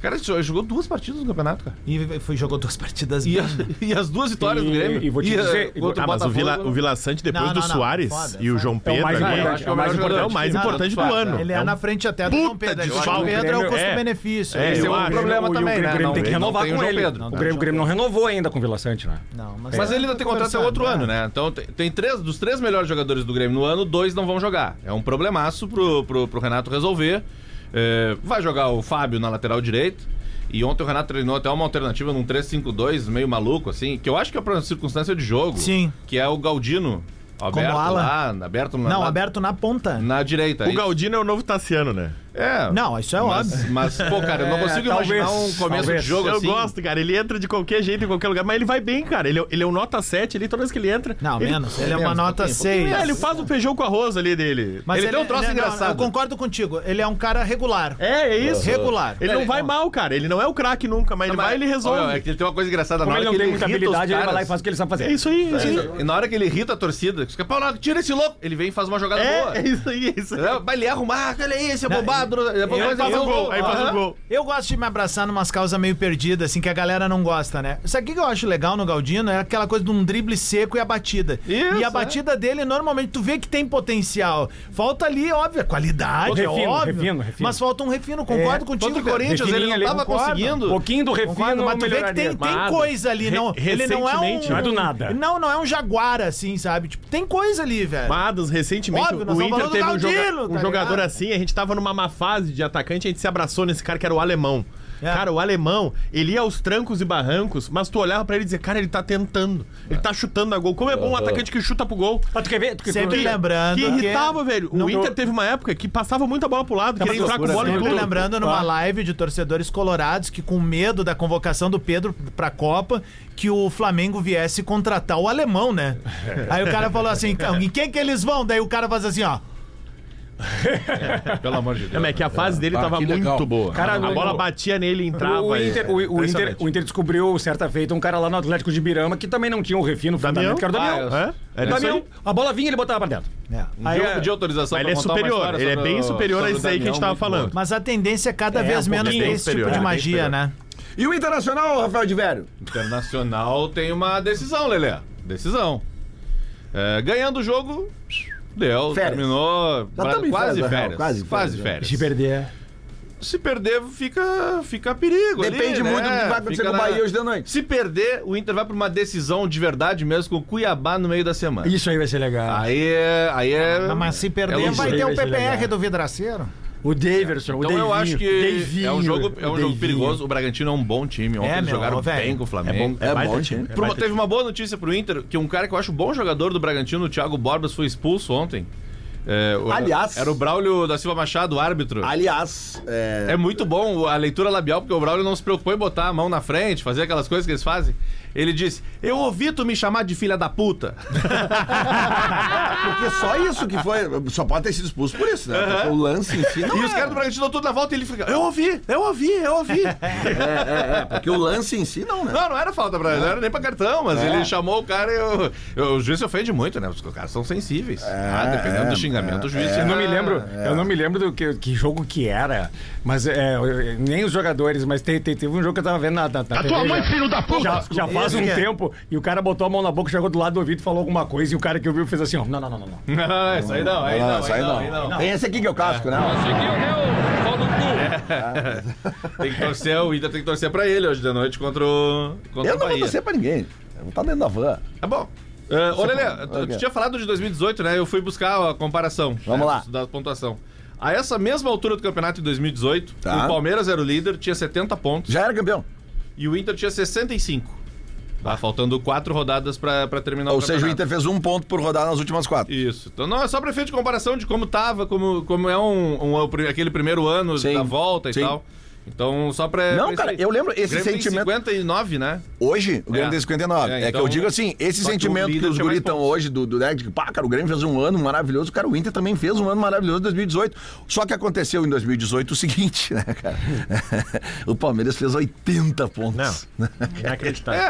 [SPEAKER 7] Cara, esse jo- jogou duas partidas no campeonato, cara.
[SPEAKER 4] E foi, jogou duas partidas
[SPEAKER 7] E, é-
[SPEAKER 4] bem.
[SPEAKER 7] as- e as duas vitórias do
[SPEAKER 5] E-
[SPEAKER 7] Grêmio.
[SPEAKER 5] e vou te
[SPEAKER 7] eh,
[SPEAKER 5] dizer-
[SPEAKER 7] contra
[SPEAKER 3] Ah, mas
[SPEAKER 7] Botafogo,
[SPEAKER 3] o
[SPEAKER 7] né?
[SPEAKER 3] Vila, o Vila Sante, depois
[SPEAKER 4] Não,
[SPEAKER 3] do
[SPEAKER 4] não, não.
[SPEAKER 3] Soares
[SPEAKER 4] Foda,
[SPEAKER 3] e o
[SPEAKER 4] foda.
[SPEAKER 3] João Pedro,
[SPEAKER 5] mais
[SPEAKER 3] ali,
[SPEAKER 5] importante,
[SPEAKER 3] acho que é
[SPEAKER 5] é
[SPEAKER 3] o
[SPEAKER 5] o mais
[SPEAKER 3] melhor jogador, é o
[SPEAKER 5] importante.
[SPEAKER 3] mais
[SPEAKER 5] Não,
[SPEAKER 4] não,
[SPEAKER 3] importante do
[SPEAKER 7] fato,
[SPEAKER 3] ano.
[SPEAKER 7] né?
[SPEAKER 4] Ele é,
[SPEAKER 3] um-
[SPEAKER 4] na frente até do
[SPEAKER 3] puta
[SPEAKER 4] João Pedro.
[SPEAKER 3] de
[SPEAKER 4] Eu acho que
[SPEAKER 3] falta.
[SPEAKER 4] o Pedro é
[SPEAKER 3] É.
[SPEAKER 4] o custo-benefício.
[SPEAKER 3] É,
[SPEAKER 4] Esse
[SPEAKER 7] eu
[SPEAKER 4] o-
[SPEAKER 7] acho.
[SPEAKER 5] um problema
[SPEAKER 7] o- e o
[SPEAKER 5] também,
[SPEAKER 7] Grêmio
[SPEAKER 5] né?
[SPEAKER 7] tem que
[SPEAKER 5] Não,
[SPEAKER 7] renovar
[SPEAKER 5] tem
[SPEAKER 7] com
[SPEAKER 5] o João
[SPEAKER 7] ele.
[SPEAKER 5] Pedro.
[SPEAKER 7] Não
[SPEAKER 5] O Grêmio, o Grêmio não renovou ainda com o Vila Sante, né?
[SPEAKER 4] Não, mas, é
[SPEAKER 7] Mas ele ainda tem contrato
[SPEAKER 4] conversar,
[SPEAKER 7] até outro
[SPEAKER 4] né?
[SPEAKER 7] ano, né? Então tem, tem três, dos três melhores jogadores do Grêmio no ano, dois não vão jogar. É um problemaço pro, pro, pro Renato resolver. É, vai jogar o Fábio na lateral direita. E ontem o Renato treinou até uma alternativa num 3-5-2, meio maluco, assim, que eu acho que é pra circunstância de jogo.
[SPEAKER 4] Sim.
[SPEAKER 7] Que é o Galdino. Aberto
[SPEAKER 4] ala?
[SPEAKER 7] lá, aberto na,
[SPEAKER 4] Não,
[SPEAKER 7] na-
[SPEAKER 4] aberto na ponta.
[SPEAKER 7] na direita.
[SPEAKER 3] O
[SPEAKER 7] Isso.
[SPEAKER 3] Galdino é o novo Tassiano, né?
[SPEAKER 7] É.
[SPEAKER 4] Não, isso é óbvio.
[SPEAKER 7] Mas, mas, pô, cara, eu não
[SPEAKER 5] É,
[SPEAKER 7] consigo
[SPEAKER 5] talvez,
[SPEAKER 7] imaginar um começo
[SPEAKER 4] É,
[SPEAKER 5] talvez.
[SPEAKER 7] de jogo
[SPEAKER 3] eu
[SPEAKER 7] assim.
[SPEAKER 3] gosto, cara. Ele entra de qualquer jeito, em qualquer lugar, mas ele vai bem, cara. Ele, é- ele é um nota 7 ali, toda vez que ele entra.
[SPEAKER 4] Não,
[SPEAKER 3] ele,
[SPEAKER 4] menos. Ele é uma nota
[SPEAKER 3] É,
[SPEAKER 4] 6.
[SPEAKER 3] ele faz um feijão com arroz ali dele.
[SPEAKER 4] Mas é-
[SPEAKER 7] Ele tem um troço
[SPEAKER 4] não,
[SPEAKER 7] engraçado.
[SPEAKER 4] eu concordo contigo. Ele é um cara regular.
[SPEAKER 3] É, é isso.
[SPEAKER 4] Regular.
[SPEAKER 3] Ele não vai mal, cara. Ele não é o craque nunca, mas ele
[SPEAKER 7] Mas,
[SPEAKER 3] vai e ele resolve.
[SPEAKER 7] ó, é que ele tem uma coisa engraçada
[SPEAKER 5] Como
[SPEAKER 7] na
[SPEAKER 5] ele
[SPEAKER 7] hora
[SPEAKER 5] não
[SPEAKER 7] que
[SPEAKER 5] tem muita
[SPEAKER 7] irrita os
[SPEAKER 5] habilidade, ele vai lá e
[SPEAKER 7] caras-
[SPEAKER 5] faz o que ele sabe
[SPEAKER 3] É
[SPEAKER 5] fazer.
[SPEAKER 3] isso aí, é isso aí.
[SPEAKER 7] E na hora que ele irrita a torcida, que fica, Paulado, tira esse louco! Ele vem e faz uma jogada boa.
[SPEAKER 3] É, é isso aí, é isso aí.
[SPEAKER 7] É, Vai lhe arrumar, olha aí, esse é bobado. Depois
[SPEAKER 4] eu
[SPEAKER 7] vai
[SPEAKER 4] faço
[SPEAKER 7] fazer
[SPEAKER 4] um
[SPEAKER 7] um gol.
[SPEAKER 3] Aí faz
[SPEAKER 7] Aham.
[SPEAKER 3] o gol.
[SPEAKER 4] Eu gosto de me abraçar numas causas meio perdidas, assim, que a galera não gosta, né? Isso aqui que eu acho legal no Galdino é aquela coisa de um drible seco e a batida.
[SPEAKER 7] Isso,
[SPEAKER 4] e a
[SPEAKER 7] é.
[SPEAKER 4] batida dele, normalmente, tu vê que tem potencial. Falta ali, óbvio, a qualidade,
[SPEAKER 5] Outro
[SPEAKER 4] é
[SPEAKER 5] refino,
[SPEAKER 4] óbvio.
[SPEAKER 5] refino, refino.
[SPEAKER 4] Mas falta um refino, concordo
[SPEAKER 5] É,
[SPEAKER 4] contigo.
[SPEAKER 7] Contra o
[SPEAKER 4] cara.
[SPEAKER 7] Corinthians, ele não
[SPEAKER 5] ali,
[SPEAKER 7] tava
[SPEAKER 5] concordo.
[SPEAKER 7] conseguindo.
[SPEAKER 5] Um pouquinho do refino,
[SPEAKER 4] Concordo, mas tu vê que
[SPEAKER 5] melhoraria.
[SPEAKER 4] tem, tem
[SPEAKER 3] Mas,
[SPEAKER 4] coisa ali, não.
[SPEAKER 3] re-
[SPEAKER 4] Ele não é um.
[SPEAKER 3] recentemente, não é
[SPEAKER 5] do nada.
[SPEAKER 4] Não, não é um jaguar, assim, sabe? Tipo, tem coisa ali, velho.
[SPEAKER 3] Mados, recentemente
[SPEAKER 4] Óbvio, nós
[SPEAKER 3] o
[SPEAKER 4] estamos
[SPEAKER 3] Inter
[SPEAKER 4] falando do
[SPEAKER 3] teve um, joga-
[SPEAKER 4] Galdino,
[SPEAKER 3] um
[SPEAKER 4] tá
[SPEAKER 3] jogador
[SPEAKER 4] ligado?
[SPEAKER 3] assim, a gente tava numa má fase de atacante, a gente se abraçou nesse cara que era o alemão.
[SPEAKER 4] É.
[SPEAKER 3] Cara, o alemão, ele ia aos trancos e barrancos, mas tu olhava pra ele e dizia, cara, ele tá tentando, ele tá chutando a gol. Como é bom um atacante que chuta pro gol.
[SPEAKER 5] Mas tu quer ver? Tu quer-
[SPEAKER 4] Sempre
[SPEAKER 5] tu-
[SPEAKER 4] lembrando.
[SPEAKER 3] Que
[SPEAKER 4] que-
[SPEAKER 3] irritava, velho. O
[SPEAKER 4] Não- Tá
[SPEAKER 3] Inter teve uma época que passava muita bola pro lado, queria entrar com bola em
[SPEAKER 4] Sempre
[SPEAKER 3] tudo.
[SPEAKER 4] lembrando numa live de torcedores colorados que, com medo da convocação do Pedro pra Copa, que o Flamengo viesse contratar o alemão, né? Aí o cara falou assim: "Então, em quem que eles vão? Daí o cara faz assim, ó.
[SPEAKER 7] Pelo amor de
[SPEAKER 3] É,
[SPEAKER 7] Deus.
[SPEAKER 3] mas é que a fase dele
[SPEAKER 6] Ah,
[SPEAKER 3] tava
[SPEAKER 6] que
[SPEAKER 3] muito
[SPEAKER 6] legal.
[SPEAKER 3] boa.
[SPEAKER 5] Cara,
[SPEAKER 3] a
[SPEAKER 5] não-
[SPEAKER 3] bola batia nele e entrava.
[SPEAKER 5] O Inter,
[SPEAKER 3] é,
[SPEAKER 5] o, o Inter,
[SPEAKER 3] impressionante.
[SPEAKER 5] o Inter descobriu, certa feita, um cara lá no Atlético de Birama que também não tinha o refino o
[SPEAKER 3] Damião?
[SPEAKER 5] fundamento, que era o Damião.
[SPEAKER 3] Ah, é? É isso
[SPEAKER 5] Damião,
[SPEAKER 3] aí.
[SPEAKER 5] a bola vinha e ele botava pra dentro.
[SPEAKER 4] É.
[SPEAKER 5] Aí,
[SPEAKER 7] Eu pedi Um autorização
[SPEAKER 3] Mas
[SPEAKER 7] pra
[SPEAKER 3] ele é
[SPEAKER 7] contar uma
[SPEAKER 3] superior,
[SPEAKER 7] história
[SPEAKER 3] ele é
[SPEAKER 7] sobre
[SPEAKER 3] bem
[SPEAKER 7] o-
[SPEAKER 3] superior a
[SPEAKER 7] sobre o
[SPEAKER 3] isso aí que a gente
[SPEAKER 7] Damião,
[SPEAKER 3] tava
[SPEAKER 7] muito
[SPEAKER 3] falando.
[SPEAKER 4] Mas a tendência é cada vez
[SPEAKER 3] um
[SPEAKER 4] menos
[SPEAKER 3] pouquinho
[SPEAKER 4] ter esse tipo
[SPEAKER 3] superior,
[SPEAKER 4] de
[SPEAKER 3] é, bem
[SPEAKER 4] magia,
[SPEAKER 3] superior.
[SPEAKER 4] né?
[SPEAKER 10] E o Internacional, Rafael de Velho?
[SPEAKER 7] bom. Internacional tem uma decisão, Lelê. Decisão. É, ganhando o jogo, deu,
[SPEAKER 10] Férias.
[SPEAKER 7] terminou.
[SPEAKER 10] Já
[SPEAKER 7] Bra-
[SPEAKER 10] tamo em
[SPEAKER 7] quase,
[SPEAKER 10] férias, na real,
[SPEAKER 7] férias,
[SPEAKER 10] quase férias,
[SPEAKER 7] Quase
[SPEAKER 10] né?
[SPEAKER 7] férias.
[SPEAKER 5] perder.
[SPEAKER 7] Se perder, fica, fica perigo. ali,
[SPEAKER 10] Depende muito do
[SPEAKER 7] né?
[SPEAKER 10] que vai acontecer
[SPEAKER 7] Fica
[SPEAKER 10] com o
[SPEAKER 7] na-
[SPEAKER 10] Bahia hoje da noite.
[SPEAKER 7] Se perder, o Inter vai pra uma decisão de verdade mesmo com o Cuiabá no meio da semana.
[SPEAKER 5] Isso aí vai ser legal.
[SPEAKER 7] Aí é. Aí é.
[SPEAKER 4] Mas se
[SPEAKER 7] É
[SPEAKER 4] perder,
[SPEAKER 7] isso
[SPEAKER 4] vai
[SPEAKER 7] aí,
[SPEAKER 4] ter o
[SPEAKER 5] vai ser
[SPEAKER 4] PPR
[SPEAKER 5] legal.
[SPEAKER 4] do vidraceiro.
[SPEAKER 5] O Daverson, o
[SPEAKER 7] Então
[SPEAKER 5] Davinho,
[SPEAKER 7] eu acho que
[SPEAKER 5] Davinho,
[SPEAKER 7] é um jogo, é um
[SPEAKER 5] o
[SPEAKER 7] jogo
[SPEAKER 5] Davinho.
[SPEAKER 7] perigoso. O Bragantino é um bom time. Ontem
[SPEAKER 4] É,
[SPEAKER 7] eles
[SPEAKER 4] meu,
[SPEAKER 7] jogaram
[SPEAKER 4] ó, velho.
[SPEAKER 7] bem com o Flamengo.
[SPEAKER 10] É bom, time.
[SPEAKER 7] Pro- teve uma boa notícia pro Inter, que um cara que eu acho bom jogador do Bragantino, o Thiago Borbas, foi expulso ontem. É, o-
[SPEAKER 10] Aliás-
[SPEAKER 7] Era o Braulio da Silva Machado, o árbitro.
[SPEAKER 10] Aliás, é,
[SPEAKER 7] É muito bom a leitura labial, porque o Braulio não se preocupou em botar a mão na frente, fazer aquelas coisas que eles fazem. Ele disse: Eu ouvi tu me chamar de filha da puta.
[SPEAKER 10] é
[SPEAKER 2] Porque só isso que foi. Só pode ter sido expulso por isso, né? Porque O lance em si. Não
[SPEAKER 7] e
[SPEAKER 2] é.
[SPEAKER 7] os caras do Bragantino dão tudo na volta e ele fica: Eu ouvi, eu ouvi, eu ouvi.
[SPEAKER 2] É, é, é, porque o lance em si não, né?
[SPEAKER 7] Não, não era falta pra ele, não era nem pra cartão, mas ele chamou o cara e eu, eu- o juiz se ofende muito, né? Os caras são sensíveis. ah, dependendo do xingamento, o juiz.
[SPEAKER 5] Eu não me lembro, É. eu não me lembro do que, que jogo que era, mas é, eu- eu- nem os jogadores, mas te- te- teve um jogo que eu tava vendo na, na, na
[SPEAKER 11] A Tá tua
[SPEAKER 5] TV
[SPEAKER 11] mãe,
[SPEAKER 5] já.
[SPEAKER 11] filho da puta!
[SPEAKER 5] Já, já faz um tempo, e o cara botou a mão na boca, chegou do lado do ouvido, falou alguma coisa, e o cara que ouviu fez assim, ó, não, não, não, não, não.
[SPEAKER 7] Não, isso aí não, aí não,
[SPEAKER 2] isso
[SPEAKER 7] aí não, aí não.
[SPEAKER 2] Tem esse aqui que é o clássico, né? É.
[SPEAKER 7] Tem que torcer, o Inter tem que torcer pra ele hoje de noite contra o, contra
[SPEAKER 2] Eu não
[SPEAKER 7] o
[SPEAKER 2] vou
[SPEAKER 7] Bahia.
[SPEAKER 2] torcer pra ninguém. Eu vou estar dentro da van.
[SPEAKER 7] Tá bom. Eh, Ô, Lelê, tu, tu tinha falado de 2018, né? Eu fui buscar a comparação.
[SPEAKER 2] Vamos
[SPEAKER 7] né,
[SPEAKER 2] lá.
[SPEAKER 7] Da pontuação. A essa mesma altura do campeonato em 2018,
[SPEAKER 2] Tá.
[SPEAKER 7] o Palmeiras era o líder, tinha 70 pontos
[SPEAKER 2] Já era campeão.
[SPEAKER 7] e o Inter tinha 65. Tá faltando quatro rodadas pra, pra terminar
[SPEAKER 2] Ou
[SPEAKER 7] o campeonato.
[SPEAKER 2] seja, o Inter fez um ponto por rodada nas últimas quatro.
[SPEAKER 7] Isso. Então, não, é só pra efeito de comparação de como tava, como, como é um, um- um- aquele primeiro ano
[SPEAKER 2] Sim.
[SPEAKER 7] da volta e
[SPEAKER 2] Sim.
[SPEAKER 7] tal. Então, só pra.
[SPEAKER 2] Não,
[SPEAKER 7] pra
[SPEAKER 2] cara, eu lembro esse
[SPEAKER 7] Grêmio tem
[SPEAKER 2] sentimento-
[SPEAKER 7] 59, né?
[SPEAKER 2] Hoje, o Grêmio
[SPEAKER 7] É.
[SPEAKER 2] tem 59. É,
[SPEAKER 7] É,
[SPEAKER 2] que
[SPEAKER 7] então-
[SPEAKER 2] eu digo assim, esse
[SPEAKER 7] Só que o
[SPEAKER 2] sentimento que,
[SPEAKER 7] líder
[SPEAKER 2] os
[SPEAKER 7] tinha mais
[SPEAKER 2] guris estão
[SPEAKER 7] pontos.
[SPEAKER 2] hoje do, do né, de, pá, cara, o Grêmio fez um ano maravilhoso, cara, o Inter também fez um ano maravilhoso em 2018. Só que aconteceu em 2018 o seguinte, né, cara? o Palmeiras fez 80 pontos.
[SPEAKER 3] Não. Inacreditável.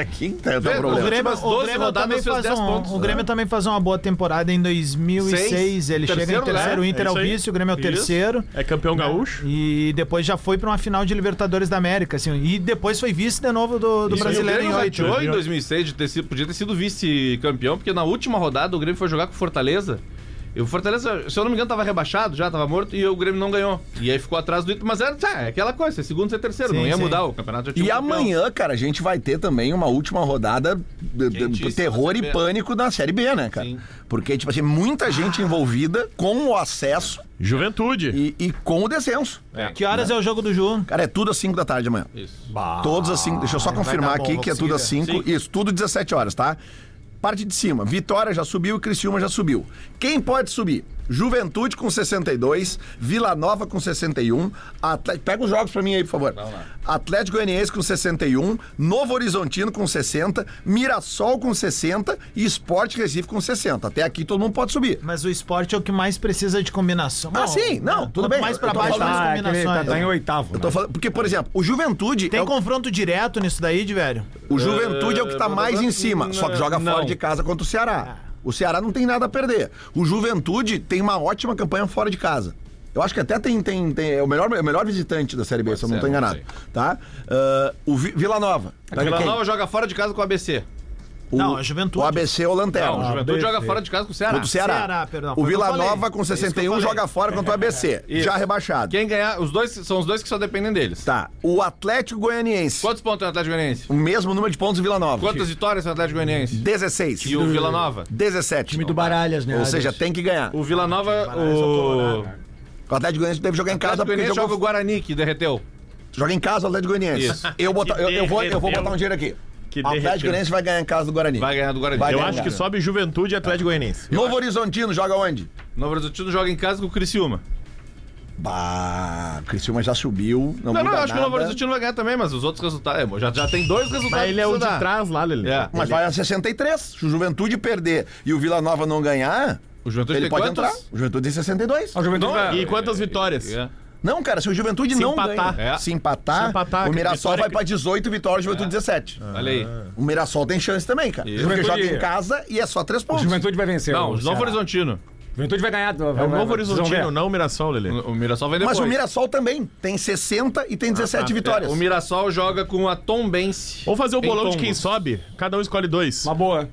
[SPEAKER 2] Aqui tá, tá
[SPEAKER 7] Vê,
[SPEAKER 2] o
[SPEAKER 4] O
[SPEAKER 2] problema.
[SPEAKER 4] Grêmio,
[SPEAKER 7] últimas
[SPEAKER 4] o
[SPEAKER 7] 12
[SPEAKER 4] Grêmio
[SPEAKER 7] rodadas
[SPEAKER 4] também
[SPEAKER 7] fez
[SPEAKER 4] faz
[SPEAKER 7] 10
[SPEAKER 4] um,
[SPEAKER 7] pontos,
[SPEAKER 4] o Grêmio também faz uma boa temporada em 2006.
[SPEAKER 7] Seis,
[SPEAKER 4] ele chega
[SPEAKER 7] terceiro
[SPEAKER 4] em terceiro,
[SPEAKER 7] lugar,
[SPEAKER 4] o Inter
[SPEAKER 3] é
[SPEAKER 4] é o
[SPEAKER 3] isso aí.
[SPEAKER 4] vice, o Grêmio é o
[SPEAKER 3] Isso.
[SPEAKER 4] terceiro.
[SPEAKER 3] É campeão gaúcho?
[SPEAKER 4] E depois já foi pra uma final de Libertadores da América, assim. E depois foi vice de novo do, do
[SPEAKER 3] Isso,
[SPEAKER 4] brasileiro
[SPEAKER 7] E
[SPEAKER 4] em
[SPEAKER 7] o Grêmio
[SPEAKER 4] oito.
[SPEAKER 7] rateou em 2006 de ter sido, podia ter sido vice-campeão, porque na última rodada o Grêmio foi jogar com o Fortaleza. E o Fortaleza, se eu não me engano, tava rebaixado já, tava morto, e o Grêmio não ganhou. E aí ficou atrás do Inter, mas era já, é aquela coisa, é segundo e terceiro,
[SPEAKER 4] Sim,
[SPEAKER 7] não ia
[SPEAKER 4] sim.
[SPEAKER 7] mudar o campeonato. Já tinha
[SPEAKER 2] E
[SPEAKER 7] um campeão.
[SPEAKER 2] amanhã, cara, a gente vai ter também uma última rodada de- de-
[SPEAKER 7] Quentíssima,
[SPEAKER 2] terror
[SPEAKER 7] Série
[SPEAKER 2] e
[SPEAKER 7] B.
[SPEAKER 2] pânico da Série B, né, cara?
[SPEAKER 7] Sim. Ah.
[SPEAKER 2] Porque, tipo assim, muita gente envolvida com o acesso
[SPEAKER 3] Juventude.
[SPEAKER 2] e, e com o descenso.
[SPEAKER 4] Que horas é o jogo do Ju?
[SPEAKER 2] Cara, é tudo às 5 da tarde amanhã.
[SPEAKER 7] Isso.
[SPEAKER 2] Todos às 5. Deixa eu só confirmar
[SPEAKER 4] dar bom,
[SPEAKER 2] aqui
[SPEAKER 4] vou
[SPEAKER 2] que é tudo às
[SPEAKER 4] conseguir
[SPEAKER 2] 5. Isso, tudo 17 horas, tá? Parte de cima. Vitória já subiu e Criciúma já subiu. Quem pode subir? Juventude com 62, Vila Nova com 61, Atle... pega os jogos pra mim aí, por favor. Atlético Goianiense com 61, Novo Horizontino com 60, Mirassol com 60 e Sport Recife com 60. Até aqui todo mundo pode subir.
[SPEAKER 4] Mas o esporte é o que mais precisa de combinação.
[SPEAKER 2] Ah, sim, não, tudo
[SPEAKER 4] quanto
[SPEAKER 2] bem,
[SPEAKER 4] mais
[SPEAKER 2] eu
[SPEAKER 4] pra
[SPEAKER 2] tô
[SPEAKER 4] baixo,
[SPEAKER 2] falando- Ah,
[SPEAKER 5] Tá,
[SPEAKER 4] mais
[SPEAKER 5] é que ele tá,
[SPEAKER 4] combinações.
[SPEAKER 5] tá em oitavo.
[SPEAKER 2] Eu tô
[SPEAKER 5] né?
[SPEAKER 2] falando, porque, por exemplo, o Juventude
[SPEAKER 4] Tem
[SPEAKER 2] é o
[SPEAKER 4] confronto direto nisso daí, de velho?
[SPEAKER 2] O Juventude é o que tá
[SPEAKER 7] Eh,
[SPEAKER 2] mais em cima,
[SPEAKER 7] não,
[SPEAKER 2] só que joga fora
[SPEAKER 7] não.
[SPEAKER 2] de casa contra o Ceará. O Ceará não tem nada a perder. O Juventude tem uma ótima campanha fora de casa. Eu acho que até tem, tem, tem- é o melhor, é o melhor visitante da Série B, se eu não
[SPEAKER 7] ser,
[SPEAKER 2] tô
[SPEAKER 7] não
[SPEAKER 2] enganado.
[SPEAKER 7] sei.
[SPEAKER 2] Tá? Ah, o Vi- Vila Nova. Pega
[SPEAKER 7] Vila
[SPEAKER 2] quem?
[SPEAKER 7] Nova joga fora de casa com o ABC.
[SPEAKER 2] O,
[SPEAKER 4] Não, é Juventude.
[SPEAKER 2] O ABC é o Lanterna.
[SPEAKER 7] Não, o Juventude joga fora de casa com o Ceará.
[SPEAKER 2] Contra o Ceará.
[SPEAKER 4] Ceará, perdão,
[SPEAKER 2] o
[SPEAKER 4] foi o que eu
[SPEAKER 2] Vila
[SPEAKER 4] falei.
[SPEAKER 2] Nova com
[SPEAKER 4] É isso que eu
[SPEAKER 2] 61
[SPEAKER 4] falei.
[SPEAKER 2] joga fora contra o ABC. Já rebaixado.
[SPEAKER 7] Quem ganhar, os dois são os dois que só dependem deles.
[SPEAKER 2] Tá. O Atlético Goianiense.
[SPEAKER 7] Quantos pontos tem o Atlético Goianiense?
[SPEAKER 2] O mesmo número de pontos do Vila Nova.
[SPEAKER 7] Quantas vitórias tem o Atlético Goianiense?
[SPEAKER 2] 16.
[SPEAKER 7] E o Vila Nova?
[SPEAKER 2] 17.
[SPEAKER 5] Time do Baralhas, né?
[SPEAKER 2] Ou seja, tem que ganhar.
[SPEAKER 7] O Vila Nova, o,
[SPEAKER 2] O Atlético Goianiense deve jogar em
[SPEAKER 7] Atlético
[SPEAKER 2] casa porque
[SPEAKER 7] Goianiense joga o
[SPEAKER 2] jogou...
[SPEAKER 7] Guarani que derreteu.
[SPEAKER 2] joga em casa o Atlético Goianiense.
[SPEAKER 7] Isso.
[SPEAKER 2] Eu, botar- eu, eu vou, eu vou
[SPEAKER 3] derreteu.
[SPEAKER 2] botar um dinheiro aqui.
[SPEAKER 3] Que
[SPEAKER 2] o Atlético
[SPEAKER 3] derreteu.
[SPEAKER 2] Goianiense vai ganhar em casa do Guarani.
[SPEAKER 7] Vai ganhar do Guarani.
[SPEAKER 2] Vai
[SPEAKER 3] Eu
[SPEAKER 2] ganhar.
[SPEAKER 3] acho que sobe Juventude e Atlético Goianiense.
[SPEAKER 2] Novo Horizontino joga onde?
[SPEAKER 7] Novo Horizontino joga em casa com o Criciúma.
[SPEAKER 2] Bah, o Criciúma já subiu. Não,
[SPEAKER 7] Não, não,
[SPEAKER 2] muda
[SPEAKER 7] eu acho que o Novo
[SPEAKER 2] nada.
[SPEAKER 7] Horizontino vai ganhar também, mas os outros resultados. é, já, já tem dois resultados.
[SPEAKER 3] Mas ele é
[SPEAKER 7] pra
[SPEAKER 3] o de
[SPEAKER 7] estudar.
[SPEAKER 3] trás lá, Lelê.
[SPEAKER 7] É.
[SPEAKER 2] Mas vai a 63. Se o Juventude perder e o Vila Nova não ganhar,
[SPEAKER 7] O Juventude
[SPEAKER 2] ele
[SPEAKER 7] tem
[SPEAKER 2] pode
[SPEAKER 7] quantos?
[SPEAKER 2] entrar. O Juventude tem 62.
[SPEAKER 5] A Ah, Juventude
[SPEAKER 7] Não,
[SPEAKER 5] vai-
[SPEAKER 3] E quantas vitórias?
[SPEAKER 7] É.
[SPEAKER 2] é? Não, cara, se o Juventude
[SPEAKER 3] Se
[SPEAKER 2] não
[SPEAKER 3] empatar.
[SPEAKER 2] ganha,
[SPEAKER 7] É.
[SPEAKER 2] se empatar,
[SPEAKER 3] Se empatar,
[SPEAKER 2] o Mirassol
[SPEAKER 3] vitória-
[SPEAKER 2] vai pra 18, Vitória, Juventude 17.
[SPEAKER 7] Olha aí.
[SPEAKER 2] O Mirassol tem chance também, cara.
[SPEAKER 7] É. Isso.
[SPEAKER 2] Porque
[SPEAKER 5] Juventude-
[SPEAKER 2] joga em casa e é só três
[SPEAKER 5] O
[SPEAKER 2] pontos.
[SPEAKER 5] Juventude vai vencer.
[SPEAKER 7] Não,
[SPEAKER 5] o
[SPEAKER 7] o Novo
[SPEAKER 5] Ceará.
[SPEAKER 7] Horizontino.
[SPEAKER 5] Juventude vai ganhar. Vai,
[SPEAKER 3] É
[SPEAKER 5] vai,
[SPEAKER 3] o
[SPEAKER 5] vai,
[SPEAKER 3] Novo
[SPEAKER 5] vocês vão ver.
[SPEAKER 3] Horizontino, não o Mirassol, Lelê.
[SPEAKER 7] O Mirassol vem depois.
[SPEAKER 2] Mas o Mirassol também tem 60 e tem 17 vitórias.
[SPEAKER 7] É, o Mirassol joga com a Tombense.
[SPEAKER 3] Vamos fazer o
[SPEAKER 7] Em
[SPEAKER 3] bolão de quem
[SPEAKER 7] Tombos.
[SPEAKER 3] sobe. Cada um escolhe dois.
[SPEAKER 5] Uma boa.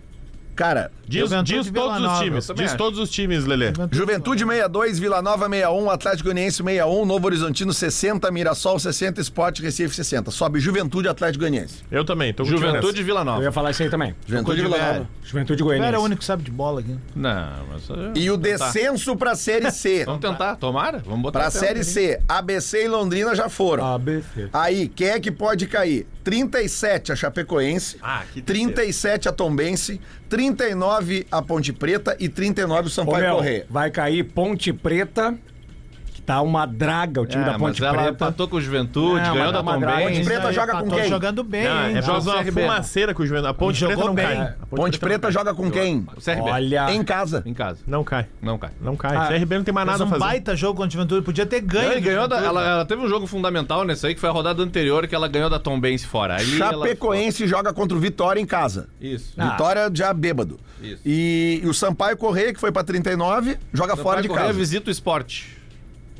[SPEAKER 2] Cara,
[SPEAKER 3] Diz,
[SPEAKER 4] Juventude
[SPEAKER 3] diz
[SPEAKER 4] e Vila
[SPEAKER 3] todos os
[SPEAKER 4] Nova,
[SPEAKER 3] times.
[SPEAKER 7] eu também
[SPEAKER 3] Diz
[SPEAKER 7] acho.
[SPEAKER 3] todos os times, Lelê.
[SPEAKER 2] Juventude 62, Vila Nova 61, Atlético Goianiense 61, Novo Horizontino 60, Mirassol 60, Sport Recife 60. Sobe Juventude Atlético Goianiense.
[SPEAKER 3] Eu também. Tô contigo
[SPEAKER 7] Juventude e
[SPEAKER 3] nessa.
[SPEAKER 7] Vila
[SPEAKER 5] Eu
[SPEAKER 7] Nova.
[SPEAKER 5] ia falar isso aí também.
[SPEAKER 2] Juventude Vila Nova.
[SPEAKER 5] Juventude
[SPEAKER 4] O Velho é o
[SPEAKER 5] Goiânia.
[SPEAKER 4] único que sabe de bola aqui.
[SPEAKER 7] Não, mas.
[SPEAKER 2] E o
[SPEAKER 7] tentar.
[SPEAKER 2] descenso pra Série C.
[SPEAKER 7] Vamos tentar, tomara. Vamos botar.
[SPEAKER 2] Pra
[SPEAKER 7] até
[SPEAKER 2] Série
[SPEAKER 7] um
[SPEAKER 2] C, ABC e Londrina já foram.
[SPEAKER 5] Ah.
[SPEAKER 2] Aí, quem é que pode cair? 37 a Chapecoense,
[SPEAKER 3] Ah, que tristeza.
[SPEAKER 2] 37 a Tombense, 39 a Ponte Preta e 39 o
[SPEAKER 5] Ô,
[SPEAKER 2] Sampaio
[SPEAKER 5] meu,
[SPEAKER 2] Correia.
[SPEAKER 5] vai cair Ponte Preta, que Tá uma draga o time
[SPEAKER 7] É,
[SPEAKER 5] da
[SPEAKER 7] mas
[SPEAKER 5] Ponte
[SPEAKER 7] ela
[SPEAKER 5] Preta.
[SPEAKER 7] empatou com o Juventude,
[SPEAKER 5] Não,
[SPEAKER 7] ganhou
[SPEAKER 5] mas dá
[SPEAKER 7] da
[SPEAKER 5] uma
[SPEAKER 7] Tom
[SPEAKER 5] draga.
[SPEAKER 7] Benz.
[SPEAKER 5] Ponte
[SPEAKER 2] Preta joga com quem?
[SPEAKER 4] é jogando bem,
[SPEAKER 3] Ah,
[SPEAKER 4] hein?
[SPEAKER 3] é por causa
[SPEAKER 7] o
[SPEAKER 3] da
[SPEAKER 7] CRB.
[SPEAKER 3] fumaceira com o Juventude. A Ponte
[SPEAKER 4] Jogou
[SPEAKER 3] Preta não
[SPEAKER 4] bem.
[SPEAKER 3] cai. A
[SPEAKER 2] Ponte Preta joga com quem?
[SPEAKER 7] O CRB.
[SPEAKER 5] Olha,
[SPEAKER 2] Em casa.
[SPEAKER 7] Em casa.
[SPEAKER 3] Não cai.
[SPEAKER 7] Não cai.
[SPEAKER 3] Não cai.
[SPEAKER 5] Ah,
[SPEAKER 3] CRB não tem mais
[SPEAKER 4] Fez
[SPEAKER 3] nada a
[SPEAKER 4] um
[SPEAKER 3] fazer.
[SPEAKER 4] baita jogo contra o Juventude. Podia ter ganho.
[SPEAKER 7] Ela,
[SPEAKER 4] do
[SPEAKER 7] ganhou da-
[SPEAKER 4] Juventude.
[SPEAKER 7] ela, ela teve um jogo fundamental nesse aí, que foi a rodada anterior, que ela ganhou da Tom Benz fora. Aí ela-
[SPEAKER 2] Chapecoense joga contra o Vitória em casa.
[SPEAKER 7] Isso.
[SPEAKER 2] Vitória já bêbado.
[SPEAKER 7] Ah. Isso.
[SPEAKER 2] E, e o Sampaio Correia, que foi pra 39, joga fora de casa.
[SPEAKER 7] visita o esporte.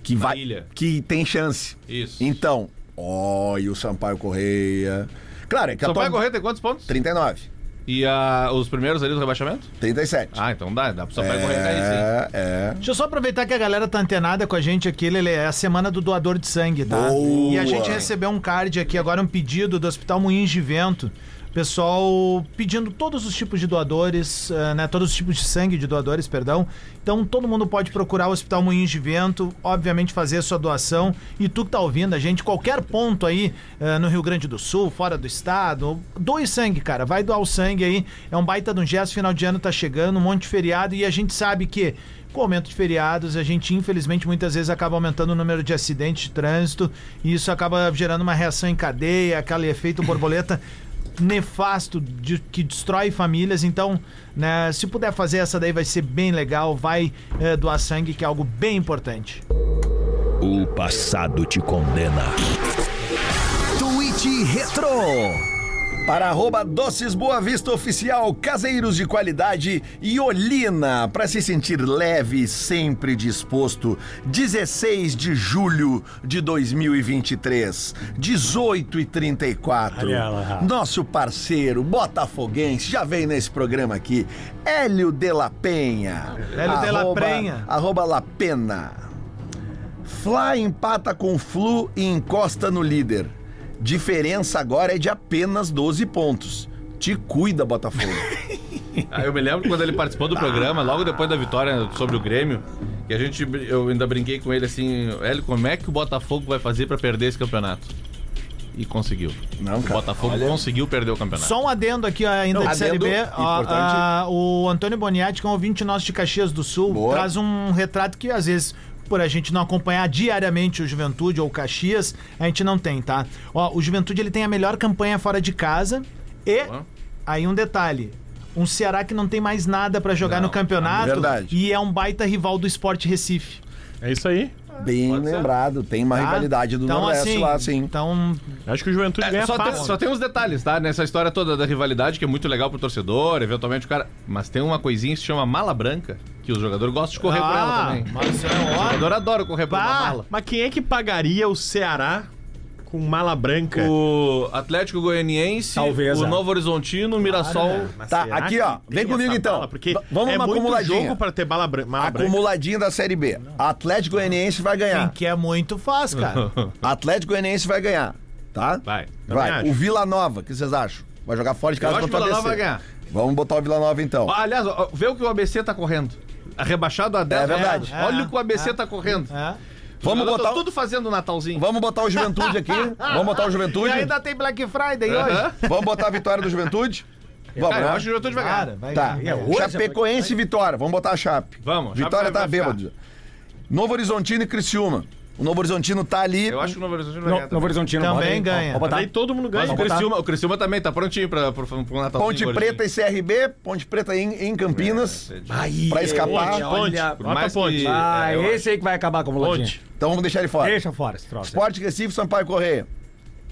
[SPEAKER 2] que vai,
[SPEAKER 7] ilha.
[SPEAKER 2] que tem chance.
[SPEAKER 7] Isso.
[SPEAKER 2] Então, ó, e o Sampaio Correia. Claro, é que
[SPEAKER 7] Sampaio
[SPEAKER 2] a Tom...
[SPEAKER 7] Correia tem quantos pontos?
[SPEAKER 2] 39,
[SPEAKER 7] E ah, os primeiros ali do rebaixamento?
[SPEAKER 2] 37.
[SPEAKER 7] Ah, então dá. Dá pro Sampaio Correia cair, sim.
[SPEAKER 2] é, é.
[SPEAKER 4] Deixa eu só aproveitar que a galera tá antenada com a gente aqui, Lele. É a semana do doador de sangue, tá?
[SPEAKER 2] Boa.
[SPEAKER 4] E a gente recebeu um card aqui agora, um pedido do Hospital Moinhos de Vento. Pessoal pedindo todos os tipos de doadores, eh, né? Todos os tipos de sangue de doadores, perdão. Então todo mundo pode procurar o Hospital Moinhos de Vento, obviamente fazer a sua doação. E tu que tá ouvindo a gente, qualquer ponto aí eh, no Rio Grande do Sul, fora do estado, doe sangue, cara. Vai doar o sangue aí. É um baita de um gesto, final de ano tá chegando, um monte de feriado e a gente sabe que com o aumento de feriados, a gente infelizmente muitas vezes acaba aumentando o número de acidentes de trânsito e isso acaba gerando uma reação em cadeia, aquele efeito borboleta nefasto de- que destrói famílias. Então, né, se puder fazer essa daí vai ser bem legal, vai eh, doar sangue, que é algo bem importante.
[SPEAKER 1] O passado te condena.
[SPEAKER 10] Twitch Retro.
[SPEAKER 2] Para arroba Doces Boa Vista Oficial, caseiros de qualidade e Olina, para se sentir leve e sempre disposto. 16 de julho de 2023, 18 e 34.
[SPEAKER 5] Olha lá.
[SPEAKER 2] Nosso parceiro botafoguense, já veio nesse programa aqui, Hélio de la Penha.
[SPEAKER 4] Hélio de la
[SPEAKER 2] Arroba-
[SPEAKER 4] Penha.
[SPEAKER 2] Arroba La Pena. Fla empata com Flu e encosta no líder. Diferença agora é de apenas 12 pontos. Te cuida, Botafogo.
[SPEAKER 7] Ah, eu me lembro quando ele participou do programa, logo depois da vitória sobre o Grêmio, que a gente, br- eu ainda brinquei com ele assim, Hélio, como é que o Botafogo vai fazer pra perder esse campeonato? E conseguiu.
[SPEAKER 2] Não,
[SPEAKER 7] O
[SPEAKER 2] cara.
[SPEAKER 7] Botafogo conseguiu perder o campeonato.
[SPEAKER 4] Só um adendo aqui ó, ainda
[SPEAKER 2] Não,
[SPEAKER 4] de Série
[SPEAKER 2] adendo
[SPEAKER 4] B. ó,
[SPEAKER 2] importante.
[SPEAKER 4] ah, o Antônio Boniatti, que é um ouvinte nosso de Caxias do Sul,
[SPEAKER 2] Boa.
[SPEAKER 4] traz um retrato que às vezes. Por a gente não acompanhar diariamente o Juventude ou o Caxias, a gente não tem, tá? Ó, o Juventude ele tem a melhor campanha fora de casa e
[SPEAKER 7] Boa.
[SPEAKER 4] aí um detalhe, um Ceará que não tem mais nada pra jogar
[SPEAKER 7] Não,
[SPEAKER 4] no campeonato
[SPEAKER 2] verdade.
[SPEAKER 4] e é um baita rival do Esporte Recife.
[SPEAKER 3] É isso aí.
[SPEAKER 2] Bem
[SPEAKER 7] Pode ser.
[SPEAKER 2] lembrado, tem uma
[SPEAKER 4] tá?
[SPEAKER 2] rivalidade do
[SPEAKER 4] então,
[SPEAKER 2] Nordeste
[SPEAKER 4] assim,
[SPEAKER 2] lá, sim.
[SPEAKER 4] Então,
[SPEAKER 3] Acho que o Juventude
[SPEAKER 7] É,
[SPEAKER 3] ganha
[SPEAKER 7] só, tem,
[SPEAKER 3] fácil.
[SPEAKER 7] só tem uns detalhes, tá? Nessa história toda da rivalidade, que é muito legal pro torcedor, eventualmente o cara. Mas tem uma coisinha que se chama mala branca, que o jogador gosta de correr por ela
[SPEAKER 4] ah,
[SPEAKER 7] também.
[SPEAKER 4] mas é
[SPEAKER 7] O
[SPEAKER 4] ótimo.
[SPEAKER 7] jogador adora correr por uma
[SPEAKER 4] Bah!
[SPEAKER 7] mala.
[SPEAKER 3] Mas quem é que pagaria o Ceará com mala branca?
[SPEAKER 7] O Atlético Goianiense,
[SPEAKER 5] Talvez,
[SPEAKER 7] o
[SPEAKER 5] é.
[SPEAKER 7] Novo Horizontino, o Mirassol.
[SPEAKER 3] Mas
[SPEAKER 2] Tá,
[SPEAKER 3] será
[SPEAKER 2] aqui,
[SPEAKER 3] que
[SPEAKER 2] ó,
[SPEAKER 3] tem
[SPEAKER 2] vem comigo,
[SPEAKER 3] essa
[SPEAKER 2] então.
[SPEAKER 3] bala? Porque
[SPEAKER 2] V- vamos
[SPEAKER 3] é
[SPEAKER 2] uma
[SPEAKER 3] muito
[SPEAKER 2] acumuladinha.
[SPEAKER 3] jogo para ter bala, bran- mala branca.
[SPEAKER 2] Acumuladinho da Série B. Atlético Goianiense vai
[SPEAKER 4] Quem
[SPEAKER 2] ganhar.
[SPEAKER 4] quer é muito faz, cara.
[SPEAKER 2] Atlético Goianiense vai ganhar, tá?
[SPEAKER 7] Vai.
[SPEAKER 2] Vai.
[SPEAKER 3] acho.
[SPEAKER 2] O Vila Nova, o que vocês acham? Vai jogar fora de casa
[SPEAKER 7] acho que
[SPEAKER 2] contra
[SPEAKER 7] o
[SPEAKER 2] o
[SPEAKER 7] Vila Nova
[SPEAKER 2] ABC.
[SPEAKER 7] vai ganhar. Ah,
[SPEAKER 2] Vamos botar o Vila Nova então.
[SPEAKER 7] Ó, Aliás, ó, vê o que o ABC tá correndo. Rebaixado a 10.
[SPEAKER 2] É verdade.
[SPEAKER 7] né? Olha
[SPEAKER 4] É,
[SPEAKER 7] o que o ABC
[SPEAKER 4] é,
[SPEAKER 7] tá correndo.
[SPEAKER 4] É.
[SPEAKER 2] Vamos
[SPEAKER 7] Jogador
[SPEAKER 2] botar o-
[SPEAKER 7] tá tudo fazendo o Natalzinho.
[SPEAKER 2] Vamos botar o Juventude aqui. Vamos botar o
[SPEAKER 4] E
[SPEAKER 2] Juventude.
[SPEAKER 4] ainda tem Black Friday
[SPEAKER 7] Aham.
[SPEAKER 4] hoje.
[SPEAKER 2] Vamos botar a vitória do Juventude? Vamos,
[SPEAKER 7] É, Cara, Ah, eu
[SPEAKER 2] né?
[SPEAKER 7] acho que É, o Juventude vai ganhar.
[SPEAKER 4] Cara, vai
[SPEAKER 2] Tá.
[SPEAKER 4] ganhar.
[SPEAKER 2] Chapecoense e Vitória. Vamos botar a Chape.
[SPEAKER 7] Vamos, a Chape
[SPEAKER 2] Vitória
[SPEAKER 7] vai-
[SPEAKER 2] tá
[SPEAKER 7] vai
[SPEAKER 2] bêbado. Novo Horizontino e Criciúma. O Novo Horizontino tá ali.
[SPEAKER 7] Eu acho que o Novo Horizontino vai
[SPEAKER 5] No,
[SPEAKER 7] ganhar.
[SPEAKER 5] Novo tá.
[SPEAKER 7] também.
[SPEAKER 5] Horizontino
[SPEAKER 4] Também
[SPEAKER 5] bota aí.
[SPEAKER 4] ganha.
[SPEAKER 5] Ó, ó, bota.
[SPEAKER 3] Aí todo mundo ganha.
[SPEAKER 7] Mas o Criciúma, o Criciúma também tá prontinho pra, pro, pro Natalzinho.
[SPEAKER 2] Ponte
[SPEAKER 7] hoje.
[SPEAKER 2] Preta e CRB. Ponte Preta em, em Campinas.
[SPEAKER 7] É, é difícil.
[SPEAKER 5] Aí,
[SPEAKER 2] Pra escapar.
[SPEAKER 5] Ponte, ponte.
[SPEAKER 3] Olha,
[SPEAKER 7] Por
[SPEAKER 3] Bota
[SPEAKER 7] mais
[SPEAKER 3] a ponte.
[SPEAKER 7] que-
[SPEAKER 5] Ah,
[SPEAKER 7] é, eu
[SPEAKER 5] esse aí que vai acabar com o Lodinho.
[SPEAKER 3] Ponte.
[SPEAKER 2] Então vamos deixar ele fora.
[SPEAKER 5] Deixa fora esse troço.
[SPEAKER 2] Esporte Recife, Sampaio Correia.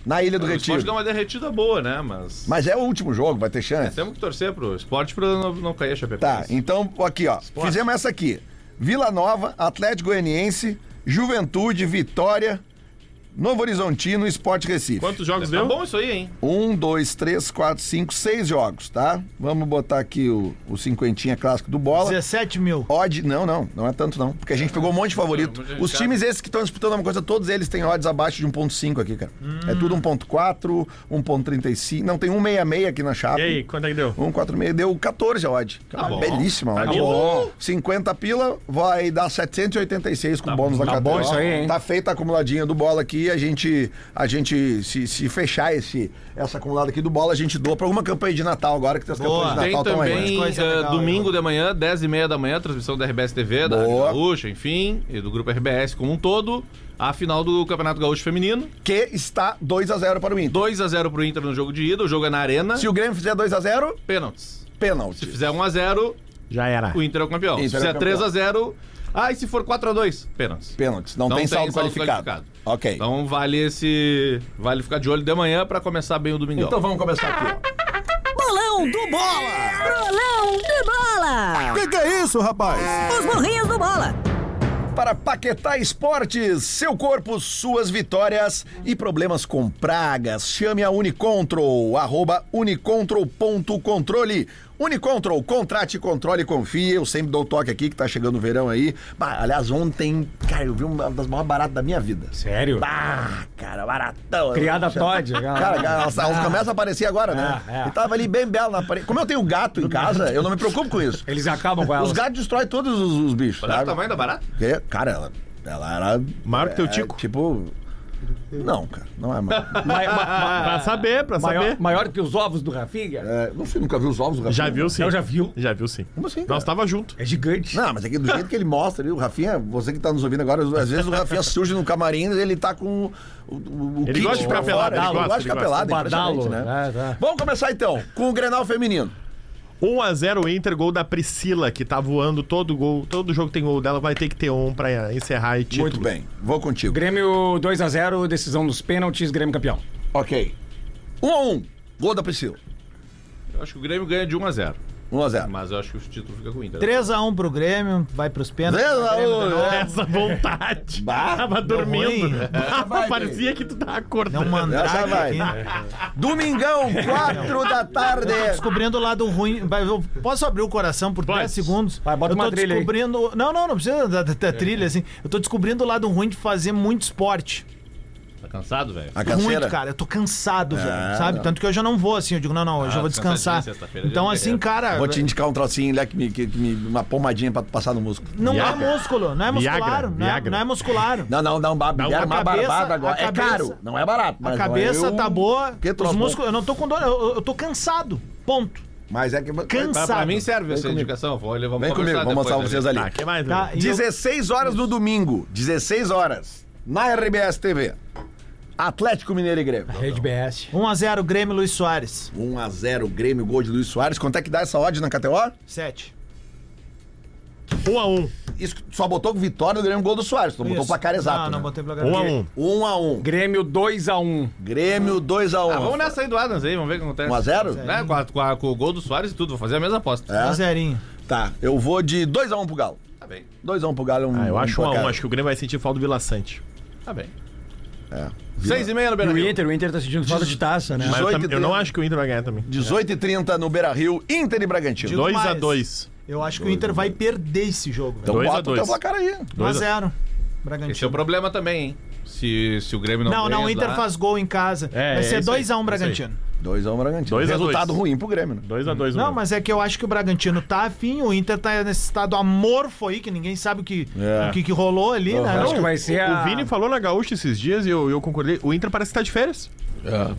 [SPEAKER 2] Na Ilha do
[SPEAKER 7] O esporte deu
[SPEAKER 2] Retiro.
[SPEAKER 7] uma derretida boa, né? Mas,
[SPEAKER 2] Mas é o último jogo, vai ter chance.
[SPEAKER 7] temos que torcer pro esporte pra não, não cair a
[SPEAKER 2] Tá,
[SPEAKER 7] Chapecoense.
[SPEAKER 2] então aqui, ó. Fizemos essa aqui. Vila Nova, Atlético Goianiense, Juventude, Vitória, Novo Horizontino e Esporte Recife.
[SPEAKER 3] Quantos jogos
[SPEAKER 7] Tá
[SPEAKER 3] deu?
[SPEAKER 7] bom isso aí, hein?
[SPEAKER 2] Um, dois, três, quatro, cinco, seis jogos, tá? Vamos botar aqui o, o cinquentinha clássico do bola.
[SPEAKER 4] 17 mil.
[SPEAKER 2] Odd, não, não, não é tanto não, porque a gente pegou um monte de favorito.
[SPEAKER 7] É, um monte de
[SPEAKER 2] Os
[SPEAKER 7] cara.
[SPEAKER 2] times esses que estão disputando alguma coisa, todos eles têm odds abaixo de 1.5 aqui, cara. É tudo 1.4, 1.35, não, tem 1.66 aqui na chapa.
[SPEAKER 3] E aí, quanto é que deu?
[SPEAKER 2] 146 deu 14 a odd. Tá
[SPEAKER 7] bom.
[SPEAKER 2] Belíssima
[SPEAKER 3] Tá
[SPEAKER 2] odd.
[SPEAKER 3] bom.
[SPEAKER 2] 50 pila vai dar 786 com o bônus da
[SPEAKER 5] tá bom
[SPEAKER 2] KTO.
[SPEAKER 5] isso aí, hein?
[SPEAKER 2] Tá feita a acumuladinha do bola aqui aqui, a gente, a gente se, se fechar esse, essa acumulada aqui do bola, a gente doa pra alguma campanha de Natal agora, que tem as
[SPEAKER 4] Boa.
[SPEAKER 2] campanhas de
[SPEAKER 7] Tem
[SPEAKER 2] Natal tão aí, né?
[SPEAKER 7] também
[SPEAKER 4] coisa
[SPEAKER 7] eh,
[SPEAKER 4] legal,
[SPEAKER 7] domingo de manhã, 10 e meia da manhã, transmissão da RBS TV, da Rádio
[SPEAKER 2] Boa.
[SPEAKER 7] Gaúcha, enfim, e do grupo RBS como um todo, a final do Campeonato Gaúcho Feminino.
[SPEAKER 2] Que está 2x0 para o Inter.
[SPEAKER 7] 2 a 0 pro Inter no jogo de ida, o jogo é na Arena.
[SPEAKER 2] Se o Grêmio fizer 2x0,
[SPEAKER 7] Pênaltis. Se
[SPEAKER 2] pênalti.
[SPEAKER 7] fizer 1 a 0,
[SPEAKER 3] Já era.
[SPEAKER 7] o Inter é o campeão.
[SPEAKER 2] Inter
[SPEAKER 7] se
[SPEAKER 2] é
[SPEAKER 7] fizer
[SPEAKER 2] campeão.
[SPEAKER 7] 3 a 0, ah, e se for 4 a 2, pênaltis.
[SPEAKER 2] Pênalti. Não, tem, saldo, qualificado. Ok. Então,
[SPEAKER 7] Então vale esse, vale ficar de olho de manhã pra começar bem o domingão.
[SPEAKER 2] Então vamos começar aqui, ó.
[SPEAKER 12] Bolão do Bola! Bolão do Bola!
[SPEAKER 2] Que que é isso, rapaz?
[SPEAKER 12] Os burrinhos do Bola!
[SPEAKER 2] Para Paquetá Esportes, seu corpo, suas vitórias e problemas com pragas. Chame a Unicontrol, arroba unicontrol.controle. Unicontrol, contrate, controle, confie. Eu sempre dou o toque aqui que tá chegando o verão aí. Bah, aliás, ontem, cara, eu vi uma das maiores baratas da minha vida.
[SPEAKER 5] Sério?
[SPEAKER 2] Bah, cara, baratão.
[SPEAKER 5] Criada Todd.
[SPEAKER 2] Cara, elas, elas começam a aparecer agora, né?
[SPEAKER 5] É, é.
[SPEAKER 2] E tava ali bem belo na parede. Como eu tenho gato em casa, eu não me preocupo com isso.
[SPEAKER 5] Eles acabam com
[SPEAKER 2] Os
[SPEAKER 5] elas.
[SPEAKER 2] gatos destroem todos os, os bichos.
[SPEAKER 7] Olha o
[SPEAKER 2] sabe?
[SPEAKER 7] tamanho da barata.
[SPEAKER 2] Porque, cara, ela, ela era.
[SPEAKER 3] Maior que teu
[SPEAKER 2] é,
[SPEAKER 3] tico?
[SPEAKER 2] Tipo. Não, cara, não é mais.
[SPEAKER 5] Ma- ma-
[SPEAKER 2] ah,
[SPEAKER 3] Pra saber, pra
[SPEAKER 5] ma- maior,
[SPEAKER 3] saber.
[SPEAKER 5] maior que os ovos do Rafinha?
[SPEAKER 2] É, não sei, nunca viu os ovos do Rafinha?
[SPEAKER 3] Já viu sim.
[SPEAKER 5] Eu já viu.
[SPEAKER 3] Já viu sim.
[SPEAKER 2] Como assim?
[SPEAKER 3] Nós
[SPEAKER 2] cara?
[SPEAKER 3] tava junto.
[SPEAKER 5] É gigante.
[SPEAKER 2] Não, mas é que do jeito que ele mostra ali, o Rafinha, você que tá nos ouvindo agora, às vezes o Rafinha surge no camarim e ele tá com o, o, o
[SPEAKER 3] Ele
[SPEAKER 2] kit
[SPEAKER 3] gosta de
[SPEAKER 2] pra
[SPEAKER 3] ficar
[SPEAKER 2] fora,
[SPEAKER 3] pelado, ele
[SPEAKER 2] ele gosta de ficar pelado,
[SPEAKER 5] O badalo,
[SPEAKER 2] impressionante, né?
[SPEAKER 3] É,
[SPEAKER 5] né? Tá.
[SPEAKER 2] Vamos começar então com o Grenal feminino.
[SPEAKER 3] 1x0 Inter, gol da Priscila, que tá voando todo gol. Todo jogo tem gol dela, vai ter que ter um pra encerrar e título.
[SPEAKER 2] Muito bem, vou contigo.
[SPEAKER 5] Grêmio 2x0, decisão dos pênaltis, Grêmio campeão.
[SPEAKER 2] Ok. 1 a 1 gol da Priscila.
[SPEAKER 7] Eu acho que o Grêmio ganha de 1 a 0,
[SPEAKER 2] 1 a 0
[SPEAKER 7] mas eu acho que o título fica com o Inter.
[SPEAKER 4] 3x1 pro Grêmio, vai pros pênaltis.
[SPEAKER 2] 3 a 1,
[SPEAKER 4] Grêmio
[SPEAKER 2] né?
[SPEAKER 3] Essa vontade.
[SPEAKER 2] Bah,
[SPEAKER 3] tava dormindo.
[SPEAKER 4] ruim.
[SPEAKER 3] Bah,
[SPEAKER 2] vai,
[SPEAKER 3] Parecia que tu tava
[SPEAKER 4] Não
[SPEAKER 3] acordando.
[SPEAKER 2] Essa vai.
[SPEAKER 4] mandrake tá aqui. né?
[SPEAKER 2] Domingão, 4 da tarde.
[SPEAKER 4] Descobrindo o lado ruim. Vai, eu Posso abrir o coração por
[SPEAKER 3] Pode.
[SPEAKER 4] 10 segundos?
[SPEAKER 5] Vai, bota
[SPEAKER 4] eu tô
[SPEAKER 5] uma trilha aí.
[SPEAKER 4] descobrindo. Não, não, não precisa da, da- da trilha, assim. Eu tô descobrindo o lado ruim de fazer muito esporte.
[SPEAKER 7] Tá cansado, velho?
[SPEAKER 2] A
[SPEAKER 4] Muito, cara. Eu tô
[SPEAKER 2] Ah.
[SPEAKER 4] cansado, velho, sabe?
[SPEAKER 2] não.
[SPEAKER 4] Tanto que hoje eu não vou, assim. Eu digo, não, não, hoje
[SPEAKER 7] Ah,
[SPEAKER 4] eu vou descansar.
[SPEAKER 7] descansadinho, sexta-feira,
[SPEAKER 4] Então,
[SPEAKER 7] dia
[SPEAKER 4] assim,
[SPEAKER 7] de
[SPEAKER 4] cara.
[SPEAKER 2] Vou te indicar um trocinho lá que me, que, que me- uma pomadinha pra tu passar no músculo.
[SPEAKER 4] Não
[SPEAKER 3] Viagra.
[SPEAKER 4] é músculo, não é muscular.
[SPEAKER 3] Viagra,
[SPEAKER 4] não, é,
[SPEAKER 3] Viagra.
[SPEAKER 4] não é muscular.
[SPEAKER 2] Não, não, não, babi,
[SPEAKER 3] uma
[SPEAKER 2] era mais
[SPEAKER 4] cabeça-
[SPEAKER 2] barbado agora.
[SPEAKER 4] a
[SPEAKER 2] É
[SPEAKER 4] cabeça-
[SPEAKER 2] caro, não é barato.
[SPEAKER 4] A
[SPEAKER 2] mas
[SPEAKER 4] cabeça
[SPEAKER 2] eu-
[SPEAKER 4] tá boa.
[SPEAKER 2] Que troço
[SPEAKER 4] os
[SPEAKER 2] bom.
[SPEAKER 4] músculos. Eu não tô com dor, eu, eu tô cansado. Ponto.
[SPEAKER 2] Mas é que.
[SPEAKER 4] Cansa-
[SPEAKER 7] Pra, pra mim serve essa
[SPEAKER 2] comigo.
[SPEAKER 7] indicação. Vou levar
[SPEAKER 2] Vem comigo, vamos mostrar pra vocês ali.
[SPEAKER 3] Ah, que mais,
[SPEAKER 4] Tá?
[SPEAKER 3] né?
[SPEAKER 4] E eu-
[SPEAKER 2] 16 horas no domingo, 16 horas, na RBS TV. Atlético Mineiro e Grêmio.
[SPEAKER 5] Rede BS.
[SPEAKER 4] 1x0 Grêmio Luiz Soares.
[SPEAKER 2] 1x0 Grêmio, gol de Luiz Soares. Quanto é que dá essa odd na KTO?
[SPEAKER 4] 7.
[SPEAKER 3] 1x1.
[SPEAKER 2] Isso só botou vitória do Grêmio, gol do Soares. Tu botou
[SPEAKER 4] Isso.
[SPEAKER 2] placar exato.
[SPEAKER 4] Não, não
[SPEAKER 2] né?
[SPEAKER 4] botei placar.
[SPEAKER 3] 1x1.
[SPEAKER 2] 1x1.
[SPEAKER 5] Grêmio 2x1.
[SPEAKER 2] Grêmio 2x1.
[SPEAKER 7] Ah, vamos nessa aí do Adams aí, vamos ver o que acontece.
[SPEAKER 2] 1x0?
[SPEAKER 7] Né? Com, a- com a- com o gol do Soares e tudo, vou fazer a mesma aposta.
[SPEAKER 2] É?
[SPEAKER 4] 1x0.
[SPEAKER 2] Tá, eu vou de 2x1 pro Galo.
[SPEAKER 7] Tá bem,
[SPEAKER 2] 2x1 pro Galo é um.
[SPEAKER 4] Hum,
[SPEAKER 3] Ah, eu acho
[SPEAKER 2] um
[SPEAKER 3] 1x1.
[SPEAKER 2] placar.
[SPEAKER 3] Acho que o Grêmio vai sentir falta do Vila Sante.
[SPEAKER 7] tá bem. É. Seis e meia no
[SPEAKER 5] E
[SPEAKER 7] Beira
[SPEAKER 5] o
[SPEAKER 7] Rio.
[SPEAKER 5] Inter, o Inter tá sentindo falta de taça, né?
[SPEAKER 3] Mas eu,
[SPEAKER 2] 18
[SPEAKER 3] tam- eu
[SPEAKER 2] e
[SPEAKER 3] não
[SPEAKER 2] 30.
[SPEAKER 3] acho que o Inter vai ganhar também.
[SPEAKER 2] 18h30 no Beira Rio, Inter e Bragantino.
[SPEAKER 4] Digo mais.
[SPEAKER 3] 2x2.
[SPEAKER 4] Eu acho que o Inter vai perder esse jogo. velho.
[SPEAKER 2] Então
[SPEAKER 3] Dois a
[SPEAKER 2] bota o teu
[SPEAKER 3] dois.
[SPEAKER 2] placar aí.
[SPEAKER 4] 1x0.
[SPEAKER 7] Esse é o
[SPEAKER 4] Bragantino.
[SPEAKER 7] problema também, hein? Se, se o Grêmio não
[SPEAKER 4] Não, não, o
[SPEAKER 7] ganha
[SPEAKER 4] Inter
[SPEAKER 7] lá-
[SPEAKER 4] faz gol em casa.
[SPEAKER 3] É, é
[SPEAKER 4] vai ser
[SPEAKER 3] isso
[SPEAKER 4] 2x1
[SPEAKER 3] aí,
[SPEAKER 4] Bragantino.
[SPEAKER 2] 2x1 Bragantino.
[SPEAKER 3] Dois a
[SPEAKER 2] Resultado
[SPEAKER 3] dois.
[SPEAKER 2] ruim pro Grêmio, né?
[SPEAKER 3] 2x2.
[SPEAKER 4] Não, mas é que eu acho que o Bragantino tá afim, o Inter tá nesse estado amorfo aí, que ninguém sabe o que,
[SPEAKER 2] É.
[SPEAKER 4] o que, que rolou ali, né?
[SPEAKER 5] Acho que vai ser a...
[SPEAKER 3] O Vini falou na Gaúcha esses dias e eu, eu concordei. O Inter parece que tá de férias.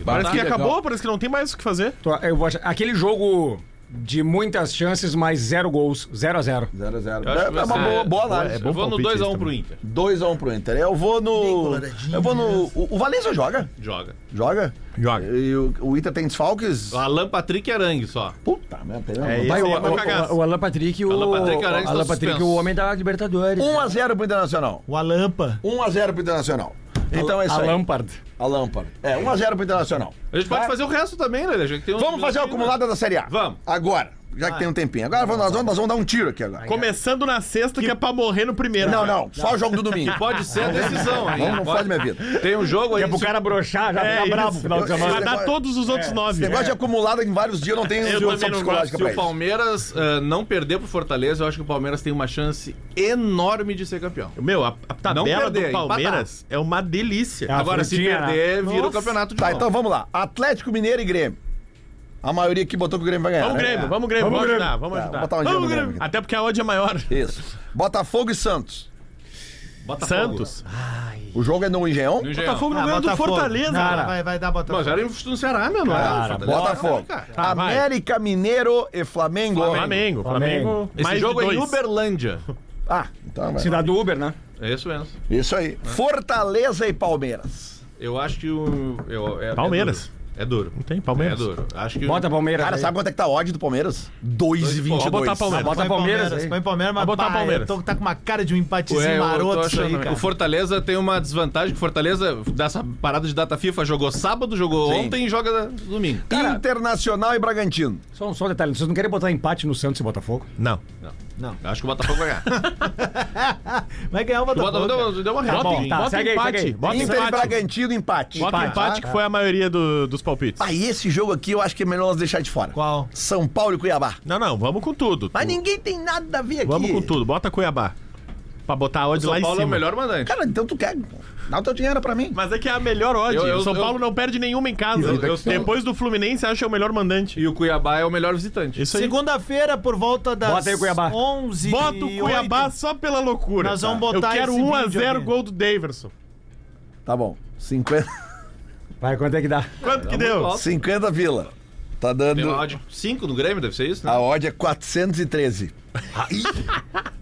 [SPEAKER 3] Parece que acabou, parece que não tem mais o que fazer.
[SPEAKER 5] Tô- eu vou achar- Aquele jogo de muitas chances, mais zero gols. 0x0.
[SPEAKER 2] 0x0.
[SPEAKER 7] Eu acho
[SPEAKER 2] É
[SPEAKER 7] que
[SPEAKER 2] uma
[SPEAKER 7] vai ser-
[SPEAKER 2] boa, boa análise.
[SPEAKER 3] É
[SPEAKER 7] Eu
[SPEAKER 3] bom
[SPEAKER 7] vou no
[SPEAKER 3] palpite
[SPEAKER 7] 2x1
[SPEAKER 3] esse
[SPEAKER 7] pro
[SPEAKER 3] também.
[SPEAKER 7] Inter.
[SPEAKER 2] 2x1 pro Inter. Eu vou no. Eu vou no. O, o Valencia joga?
[SPEAKER 7] Joga.
[SPEAKER 2] Joga?
[SPEAKER 3] Joga.
[SPEAKER 2] E o, o Inter tem desfalques?
[SPEAKER 7] Alan Patrick e Arangue só.
[SPEAKER 2] Puta merda, pera-
[SPEAKER 3] É,
[SPEAKER 2] Vai,
[SPEAKER 3] esse
[SPEAKER 2] o-
[SPEAKER 3] aí é uma cagaça.
[SPEAKER 5] O, o Alan Patrick e o...
[SPEAKER 7] Alan Patrick e Arangues
[SPEAKER 5] Alan
[SPEAKER 7] estão
[SPEAKER 5] Patrick e o
[SPEAKER 7] suspensos.
[SPEAKER 5] homem da Libertadores.
[SPEAKER 2] 1x0 pro Internacional.
[SPEAKER 4] O Alampa.
[SPEAKER 2] 1x0 pro Internacional. Então é isso
[SPEAKER 5] a
[SPEAKER 2] aí.
[SPEAKER 5] Lampard.
[SPEAKER 2] A Lampard. É, 1x0 pro Internacional.
[SPEAKER 7] A gente pode fazer o resto também, né? Lele? Já que tem um
[SPEAKER 2] Vamos fazer a
[SPEAKER 7] minutinho, né?
[SPEAKER 2] acumulada da Série A.
[SPEAKER 7] Vamos.
[SPEAKER 2] Agora, já que tem um tempinho. Agora vamos- nós vamos, nós vamos dar um tiro aqui agora.
[SPEAKER 3] Começando na sexta, que é pra morrer no primeiro.
[SPEAKER 2] Não, não, só o jogo do domingo.
[SPEAKER 7] Pode ser a decisão, hein?
[SPEAKER 2] Não, não fode minha vida.
[SPEAKER 7] Tem um jogo aí.
[SPEAKER 5] É pro cara broxar, já
[SPEAKER 3] É,
[SPEAKER 5] ficar bravo
[SPEAKER 3] isso.
[SPEAKER 5] no final de
[SPEAKER 2] Eu-
[SPEAKER 5] semana.
[SPEAKER 2] eu-
[SPEAKER 3] Vai dar todos os outros
[SPEAKER 2] Esse
[SPEAKER 3] nove.
[SPEAKER 2] negócio de acumulado em vários dias não tem
[SPEAKER 3] Eu
[SPEAKER 2] solução
[SPEAKER 3] também não
[SPEAKER 2] psicológica
[SPEAKER 7] Se
[SPEAKER 2] pra
[SPEAKER 7] o
[SPEAKER 2] isso.
[SPEAKER 7] Palmeiras ah, não perder pro Fortaleza, eu acho que o Palmeiras tem uma chance enorme de ser campeão.
[SPEAKER 3] Meu, a, a tabela
[SPEAKER 7] perder,
[SPEAKER 3] do Palmeiras é uma delícia.
[SPEAKER 5] Ah,
[SPEAKER 7] Agora, se
[SPEAKER 3] né?
[SPEAKER 5] frutinha,
[SPEAKER 7] perder, vira o
[SPEAKER 4] Nossa.
[SPEAKER 7] campeonato de
[SPEAKER 2] Tá,
[SPEAKER 7] novo.
[SPEAKER 2] então vamos lá. Atlético Mineiro e Grêmio. A maioria aqui botou que o Grêmio vai ganhar.
[SPEAKER 7] É.
[SPEAKER 3] Vamos,
[SPEAKER 2] né?
[SPEAKER 3] Grêmio, vamos, Grêmio, vamos,
[SPEAKER 5] Grêmio.
[SPEAKER 3] ajudar, vamos
[SPEAKER 2] Tá,
[SPEAKER 3] ajudar.
[SPEAKER 2] vou botar um dinheiro
[SPEAKER 3] vamos,
[SPEAKER 2] no
[SPEAKER 3] Grêmio.
[SPEAKER 2] Grêmio.
[SPEAKER 3] Até porque a odd é maior.
[SPEAKER 2] Isso. Botafogo e Santos.
[SPEAKER 3] Botafogo. Santos.
[SPEAKER 2] O jogo é no Engenhão?
[SPEAKER 7] No Engenhão.
[SPEAKER 3] Botafogo
[SPEAKER 4] Ah,
[SPEAKER 3] não ganhou do Fortaleza,
[SPEAKER 4] Cara,
[SPEAKER 3] cara.
[SPEAKER 4] vai, vai dar Botafogo.
[SPEAKER 7] Mas era no Ceará, meu, não era? no Fortaleza.
[SPEAKER 2] Botafogo.
[SPEAKER 7] Cara,
[SPEAKER 3] Tá, vai.
[SPEAKER 2] América, Mineiro e Flamengo.
[SPEAKER 3] Flamengo. Flamengo.
[SPEAKER 7] Esse
[SPEAKER 3] mais
[SPEAKER 7] jogo
[SPEAKER 3] de
[SPEAKER 7] é em
[SPEAKER 3] dois.
[SPEAKER 7] Uberlândia.
[SPEAKER 2] Ah, então vai.
[SPEAKER 5] Cidade do Uber, né?
[SPEAKER 7] É isso mesmo.
[SPEAKER 2] Isso aí. Fortaleza e Palmeiras.
[SPEAKER 7] Eu acho que o. eu- é- é
[SPEAKER 3] Palmeiras.
[SPEAKER 7] duro. É duro.
[SPEAKER 3] Não tem Palmeiras?
[SPEAKER 7] É duro. Acho que.
[SPEAKER 5] Bota Palmeiras.
[SPEAKER 2] Cara,
[SPEAKER 5] aí.
[SPEAKER 2] sabe é? quanto é que tá a odd do Palmeiras? 2,22.
[SPEAKER 3] Pode botar Palmeiras.
[SPEAKER 5] Bota
[SPEAKER 4] Põe
[SPEAKER 5] Palmeiras aí.
[SPEAKER 4] Põe Palmeiras, mas
[SPEAKER 3] Vai botar
[SPEAKER 4] pá,
[SPEAKER 3] Palmeiras.
[SPEAKER 4] eu Tô, tá com uma cara de um empatezinho
[SPEAKER 7] Ué, é, eu tô
[SPEAKER 4] maroto isso
[SPEAKER 7] achando
[SPEAKER 4] aí,
[SPEAKER 7] também.
[SPEAKER 4] cara.
[SPEAKER 7] O Fortaleza tem uma desvantagem que o Fortaleza, dessa parada de data FIFA, jogou sábado, jogou
[SPEAKER 2] Sim.
[SPEAKER 7] ontem e joga domingo.
[SPEAKER 2] Internacional e Bragantino.
[SPEAKER 5] Só, só um detalhe, vocês não querem botar empate no Santos e Botafogo?
[SPEAKER 3] Não.
[SPEAKER 7] Eu acho que o Botafogo vai ganhar.
[SPEAKER 4] Vai ganhar o
[SPEAKER 7] o Botafogo
[SPEAKER 4] Botafogo. cara.
[SPEAKER 7] deu, deu uma
[SPEAKER 3] Bota,
[SPEAKER 7] real.
[SPEAKER 5] tá.
[SPEAKER 3] bota
[SPEAKER 5] segue aí,
[SPEAKER 3] empate.
[SPEAKER 5] segue aí.
[SPEAKER 3] Bota
[SPEAKER 2] Inter e
[SPEAKER 3] empate.
[SPEAKER 2] Bragantino, empate.
[SPEAKER 3] Bota empate, que foi a maioria do- dos palpites.
[SPEAKER 2] Ah, e esse jogo aqui eu acho que é melhor nós deixar de fora.
[SPEAKER 4] Qual?
[SPEAKER 2] São Paulo e Cuiabá.
[SPEAKER 3] Não, não, vamos com tudo.
[SPEAKER 2] Mas ninguém tem nada a ver aqui.
[SPEAKER 3] Vamos com tudo. Bota Cuiabá. Pra botar a odd lá
[SPEAKER 7] São
[SPEAKER 3] em
[SPEAKER 7] Paulo
[SPEAKER 3] cima.
[SPEAKER 7] é o melhor mandante.
[SPEAKER 2] Cara, então tu quer. Dá o teu dinheiro pra mim.
[SPEAKER 3] Mas é que é a melhor odd.
[SPEAKER 7] Eu- eu-
[SPEAKER 3] o São
[SPEAKER 7] eu-
[SPEAKER 3] Paulo não perde nenhuma em casa.
[SPEAKER 13] Eu- eu-
[SPEAKER 3] Depois do Fluminense, acho que é o melhor mandante.
[SPEAKER 7] E o Cuiabá é o melhor visitante.
[SPEAKER 3] Isso aí.
[SPEAKER 4] Segunda-feira, por volta das
[SPEAKER 5] Bota aí o Cuiabá.
[SPEAKER 4] 11
[SPEAKER 3] Bota o
[SPEAKER 4] e
[SPEAKER 3] Cuiabá
[SPEAKER 4] oito.
[SPEAKER 3] só pela loucura.
[SPEAKER 4] Nós vamos
[SPEAKER 3] Eu
[SPEAKER 4] botar
[SPEAKER 3] quero
[SPEAKER 4] esse
[SPEAKER 3] 1 a
[SPEAKER 4] vídeo
[SPEAKER 3] 0
[SPEAKER 4] aqui.
[SPEAKER 3] gol do Daverson.
[SPEAKER 2] Tá bom. 50,
[SPEAKER 5] Vai, quanto é que dá?
[SPEAKER 3] Quanto que deu?
[SPEAKER 7] alto.
[SPEAKER 2] 50 vila. Tá dando.
[SPEAKER 7] Tem uma odd 5 no Grêmio, deve ser isso, né?
[SPEAKER 2] A odd é 413.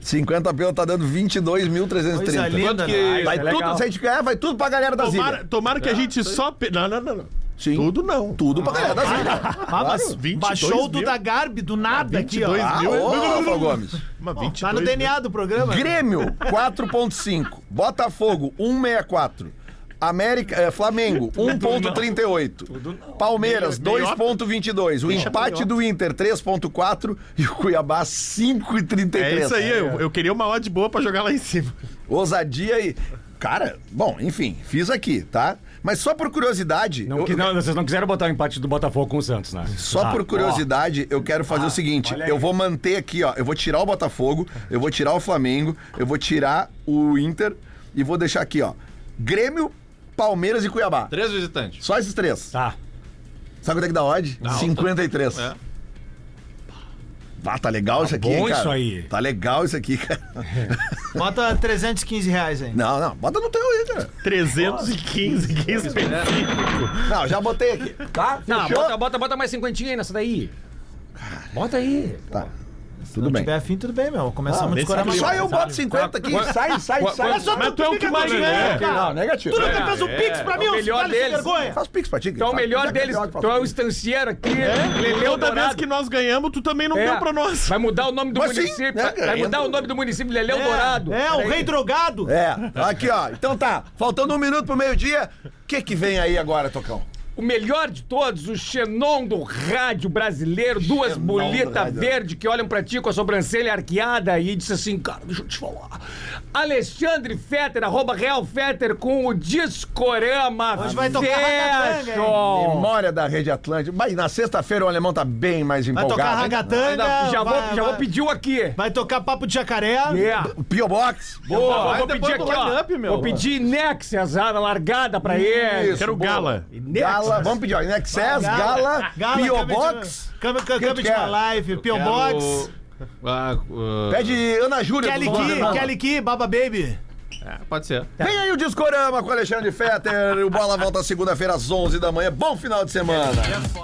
[SPEAKER 2] 50 pila tá dando
[SPEAKER 4] Coisa
[SPEAKER 2] 22.330.
[SPEAKER 4] linda,
[SPEAKER 7] que-
[SPEAKER 4] né?
[SPEAKER 2] Vai
[SPEAKER 5] Isso é
[SPEAKER 2] tudo,
[SPEAKER 5] legal.
[SPEAKER 2] se a gente ganhar, vai tudo pra galera da
[SPEAKER 3] Tomara,
[SPEAKER 2] Zilha.
[SPEAKER 3] tomara que a gente só. pe- Não, não, não. não.
[SPEAKER 2] Sim.
[SPEAKER 3] Tudo não.
[SPEAKER 2] Tudo pra galera da Zilha.
[SPEAKER 4] Ah, mas
[SPEAKER 3] 22
[SPEAKER 4] baixou o
[SPEAKER 3] mil.
[SPEAKER 4] Duda Garbi do nada aqui, ó.
[SPEAKER 3] 22
[SPEAKER 2] Ah,
[SPEAKER 3] mil.
[SPEAKER 2] ô, Rafael Gomes.
[SPEAKER 3] Uma
[SPEAKER 4] Tá no
[SPEAKER 3] 22
[SPEAKER 4] DNA do programa.
[SPEAKER 2] Grêmio, 4.5. Botafogo, 1.64. América, eh, Flamengo, 1.38. Palmeiras, 2.22. O empate do Inter, 3.4. E o Cuiabá, 5.33.
[SPEAKER 3] É isso
[SPEAKER 4] né?
[SPEAKER 3] aí, eu, eu queria uma odd boa pra jogar lá em cima.
[SPEAKER 2] Ousadia e. Cara, bom, enfim, fiz aqui, tá? Mas só por curiosidade.
[SPEAKER 5] Não,
[SPEAKER 2] eu-
[SPEAKER 5] que- não, vocês não quiseram botar o empate do Botafogo com o Santos, né?
[SPEAKER 2] Só por curiosidade, eu quero fazer o seguinte:
[SPEAKER 5] olha aí.
[SPEAKER 2] eu vou manter aqui, ó. Eu vou tirar o Botafogo, eu vou tirar o Flamengo, eu vou tirar o Inter e vou deixar aqui, ó. Grêmio, Palmeiras e Cuiabá.
[SPEAKER 7] Três visitantes.
[SPEAKER 2] Só esses três.
[SPEAKER 5] Tá.
[SPEAKER 2] Sabe quanto é que dá odd? 53.
[SPEAKER 7] É.
[SPEAKER 2] Ah, tá legal isso aqui,
[SPEAKER 5] bom
[SPEAKER 2] hein, cara?
[SPEAKER 5] isso aí.
[SPEAKER 2] Tá legal isso aqui, cara.
[SPEAKER 4] Bota 315 reais aí.
[SPEAKER 2] Não, não, bota no teu aí, cara.
[SPEAKER 3] 315, que específico.
[SPEAKER 2] Não, já botei aqui.
[SPEAKER 5] Tá? Não,
[SPEAKER 2] Fechou?
[SPEAKER 5] bota, bota, bota mais cinquentinha aí nessa daí. Bota aí.
[SPEAKER 2] Tá.
[SPEAKER 4] Se
[SPEAKER 2] Tudo
[SPEAKER 4] não
[SPEAKER 2] bem. Ah,
[SPEAKER 4] tiver fim, tudo bem, meu. Começamos a
[SPEAKER 3] nesse
[SPEAKER 4] descorar mais.
[SPEAKER 2] Só eu boto 50 aqui. Sai, sai, sai.
[SPEAKER 3] Mas tu é o que mais ganha.
[SPEAKER 5] Não, negativo.
[SPEAKER 4] Tu nunca fez um pix pra mim,
[SPEAKER 5] É, o
[SPEAKER 4] ô
[SPEAKER 5] melhor
[SPEAKER 4] otário sem
[SPEAKER 5] deles.
[SPEAKER 4] vergonha.
[SPEAKER 2] Faz pix pra ti.
[SPEAKER 5] Tu é o melhor deles. Tu é o
[SPEAKER 2] Mas
[SPEAKER 5] estanciero aqui.
[SPEAKER 4] É?
[SPEAKER 5] Leleu
[SPEAKER 3] Toda vez
[SPEAKER 5] Dourado.
[SPEAKER 3] que nós ganhamos, tu também não
[SPEAKER 5] É.
[SPEAKER 3] deu pra nós.
[SPEAKER 5] Vai mudar o nome do
[SPEAKER 2] Mas sim,
[SPEAKER 5] município.
[SPEAKER 2] né, cara?
[SPEAKER 5] Vai mudar o nome do município, Leleu
[SPEAKER 4] É,
[SPEAKER 5] Dourado.
[SPEAKER 4] É, o rei drogado.
[SPEAKER 2] É, aqui ó. Então tá, faltando um minuto pro meio-dia. O que que vem aí agora, Tocão?
[SPEAKER 5] O melhor de todos, o Xenon do rádio brasileiro, duas
[SPEAKER 2] Xenon do
[SPEAKER 5] bolitas
[SPEAKER 2] rádio.
[SPEAKER 5] verdes que olham pra ti com a sobrancelha arqueada e diz assim, cara, deixa eu te falar. Alexandre Fetter, arroba Real Fetter com o Discorama
[SPEAKER 4] Hoje vai tocar ragatanga, hein?
[SPEAKER 5] Fashion.
[SPEAKER 2] Memória da Rede Atlântica. Mas na sexta-feira o alemão tá bem mais
[SPEAKER 4] Vai
[SPEAKER 2] empolgado.
[SPEAKER 4] tocar
[SPEAKER 2] hein?
[SPEAKER 4] ragatanga.
[SPEAKER 5] Já vou,
[SPEAKER 4] vai-
[SPEAKER 5] já vou
[SPEAKER 4] vai-
[SPEAKER 5] pedir o aqui.
[SPEAKER 4] Vai tocar papo de jacaré.
[SPEAKER 5] Yeah.
[SPEAKER 2] Pio Box.
[SPEAKER 5] Boa,
[SPEAKER 7] vai
[SPEAKER 5] vou
[SPEAKER 7] depois
[SPEAKER 5] pedir
[SPEAKER 7] do
[SPEAKER 5] aqui, ó.
[SPEAKER 7] line-up, meu.
[SPEAKER 5] Vou pedir Nexus, a largada pra ele.
[SPEAKER 2] Isso,
[SPEAKER 3] Quero
[SPEAKER 2] boa.
[SPEAKER 3] gala.
[SPEAKER 5] Nexus.
[SPEAKER 2] Gala, vamos pedir, ó. Inexcess,
[SPEAKER 4] Ah,
[SPEAKER 2] Gala, Pio Box.
[SPEAKER 4] Câmbio
[SPEAKER 2] que tu
[SPEAKER 4] de
[SPEAKER 2] quer?
[SPEAKER 4] uma live, Pio
[SPEAKER 7] Quero-
[SPEAKER 4] Box.
[SPEAKER 7] Ah, ah,
[SPEAKER 2] Pede Ana Júlia.
[SPEAKER 4] Kelly
[SPEAKER 2] do
[SPEAKER 4] Ki,
[SPEAKER 2] Fernando.
[SPEAKER 4] Kelly Ki, Baba Baby.
[SPEAKER 7] é, pode ser.
[SPEAKER 2] Vem aí o Discorama com Alexandre Fetter. O Bola volta segunda-feira às 11 da manhã. Bom final de semana.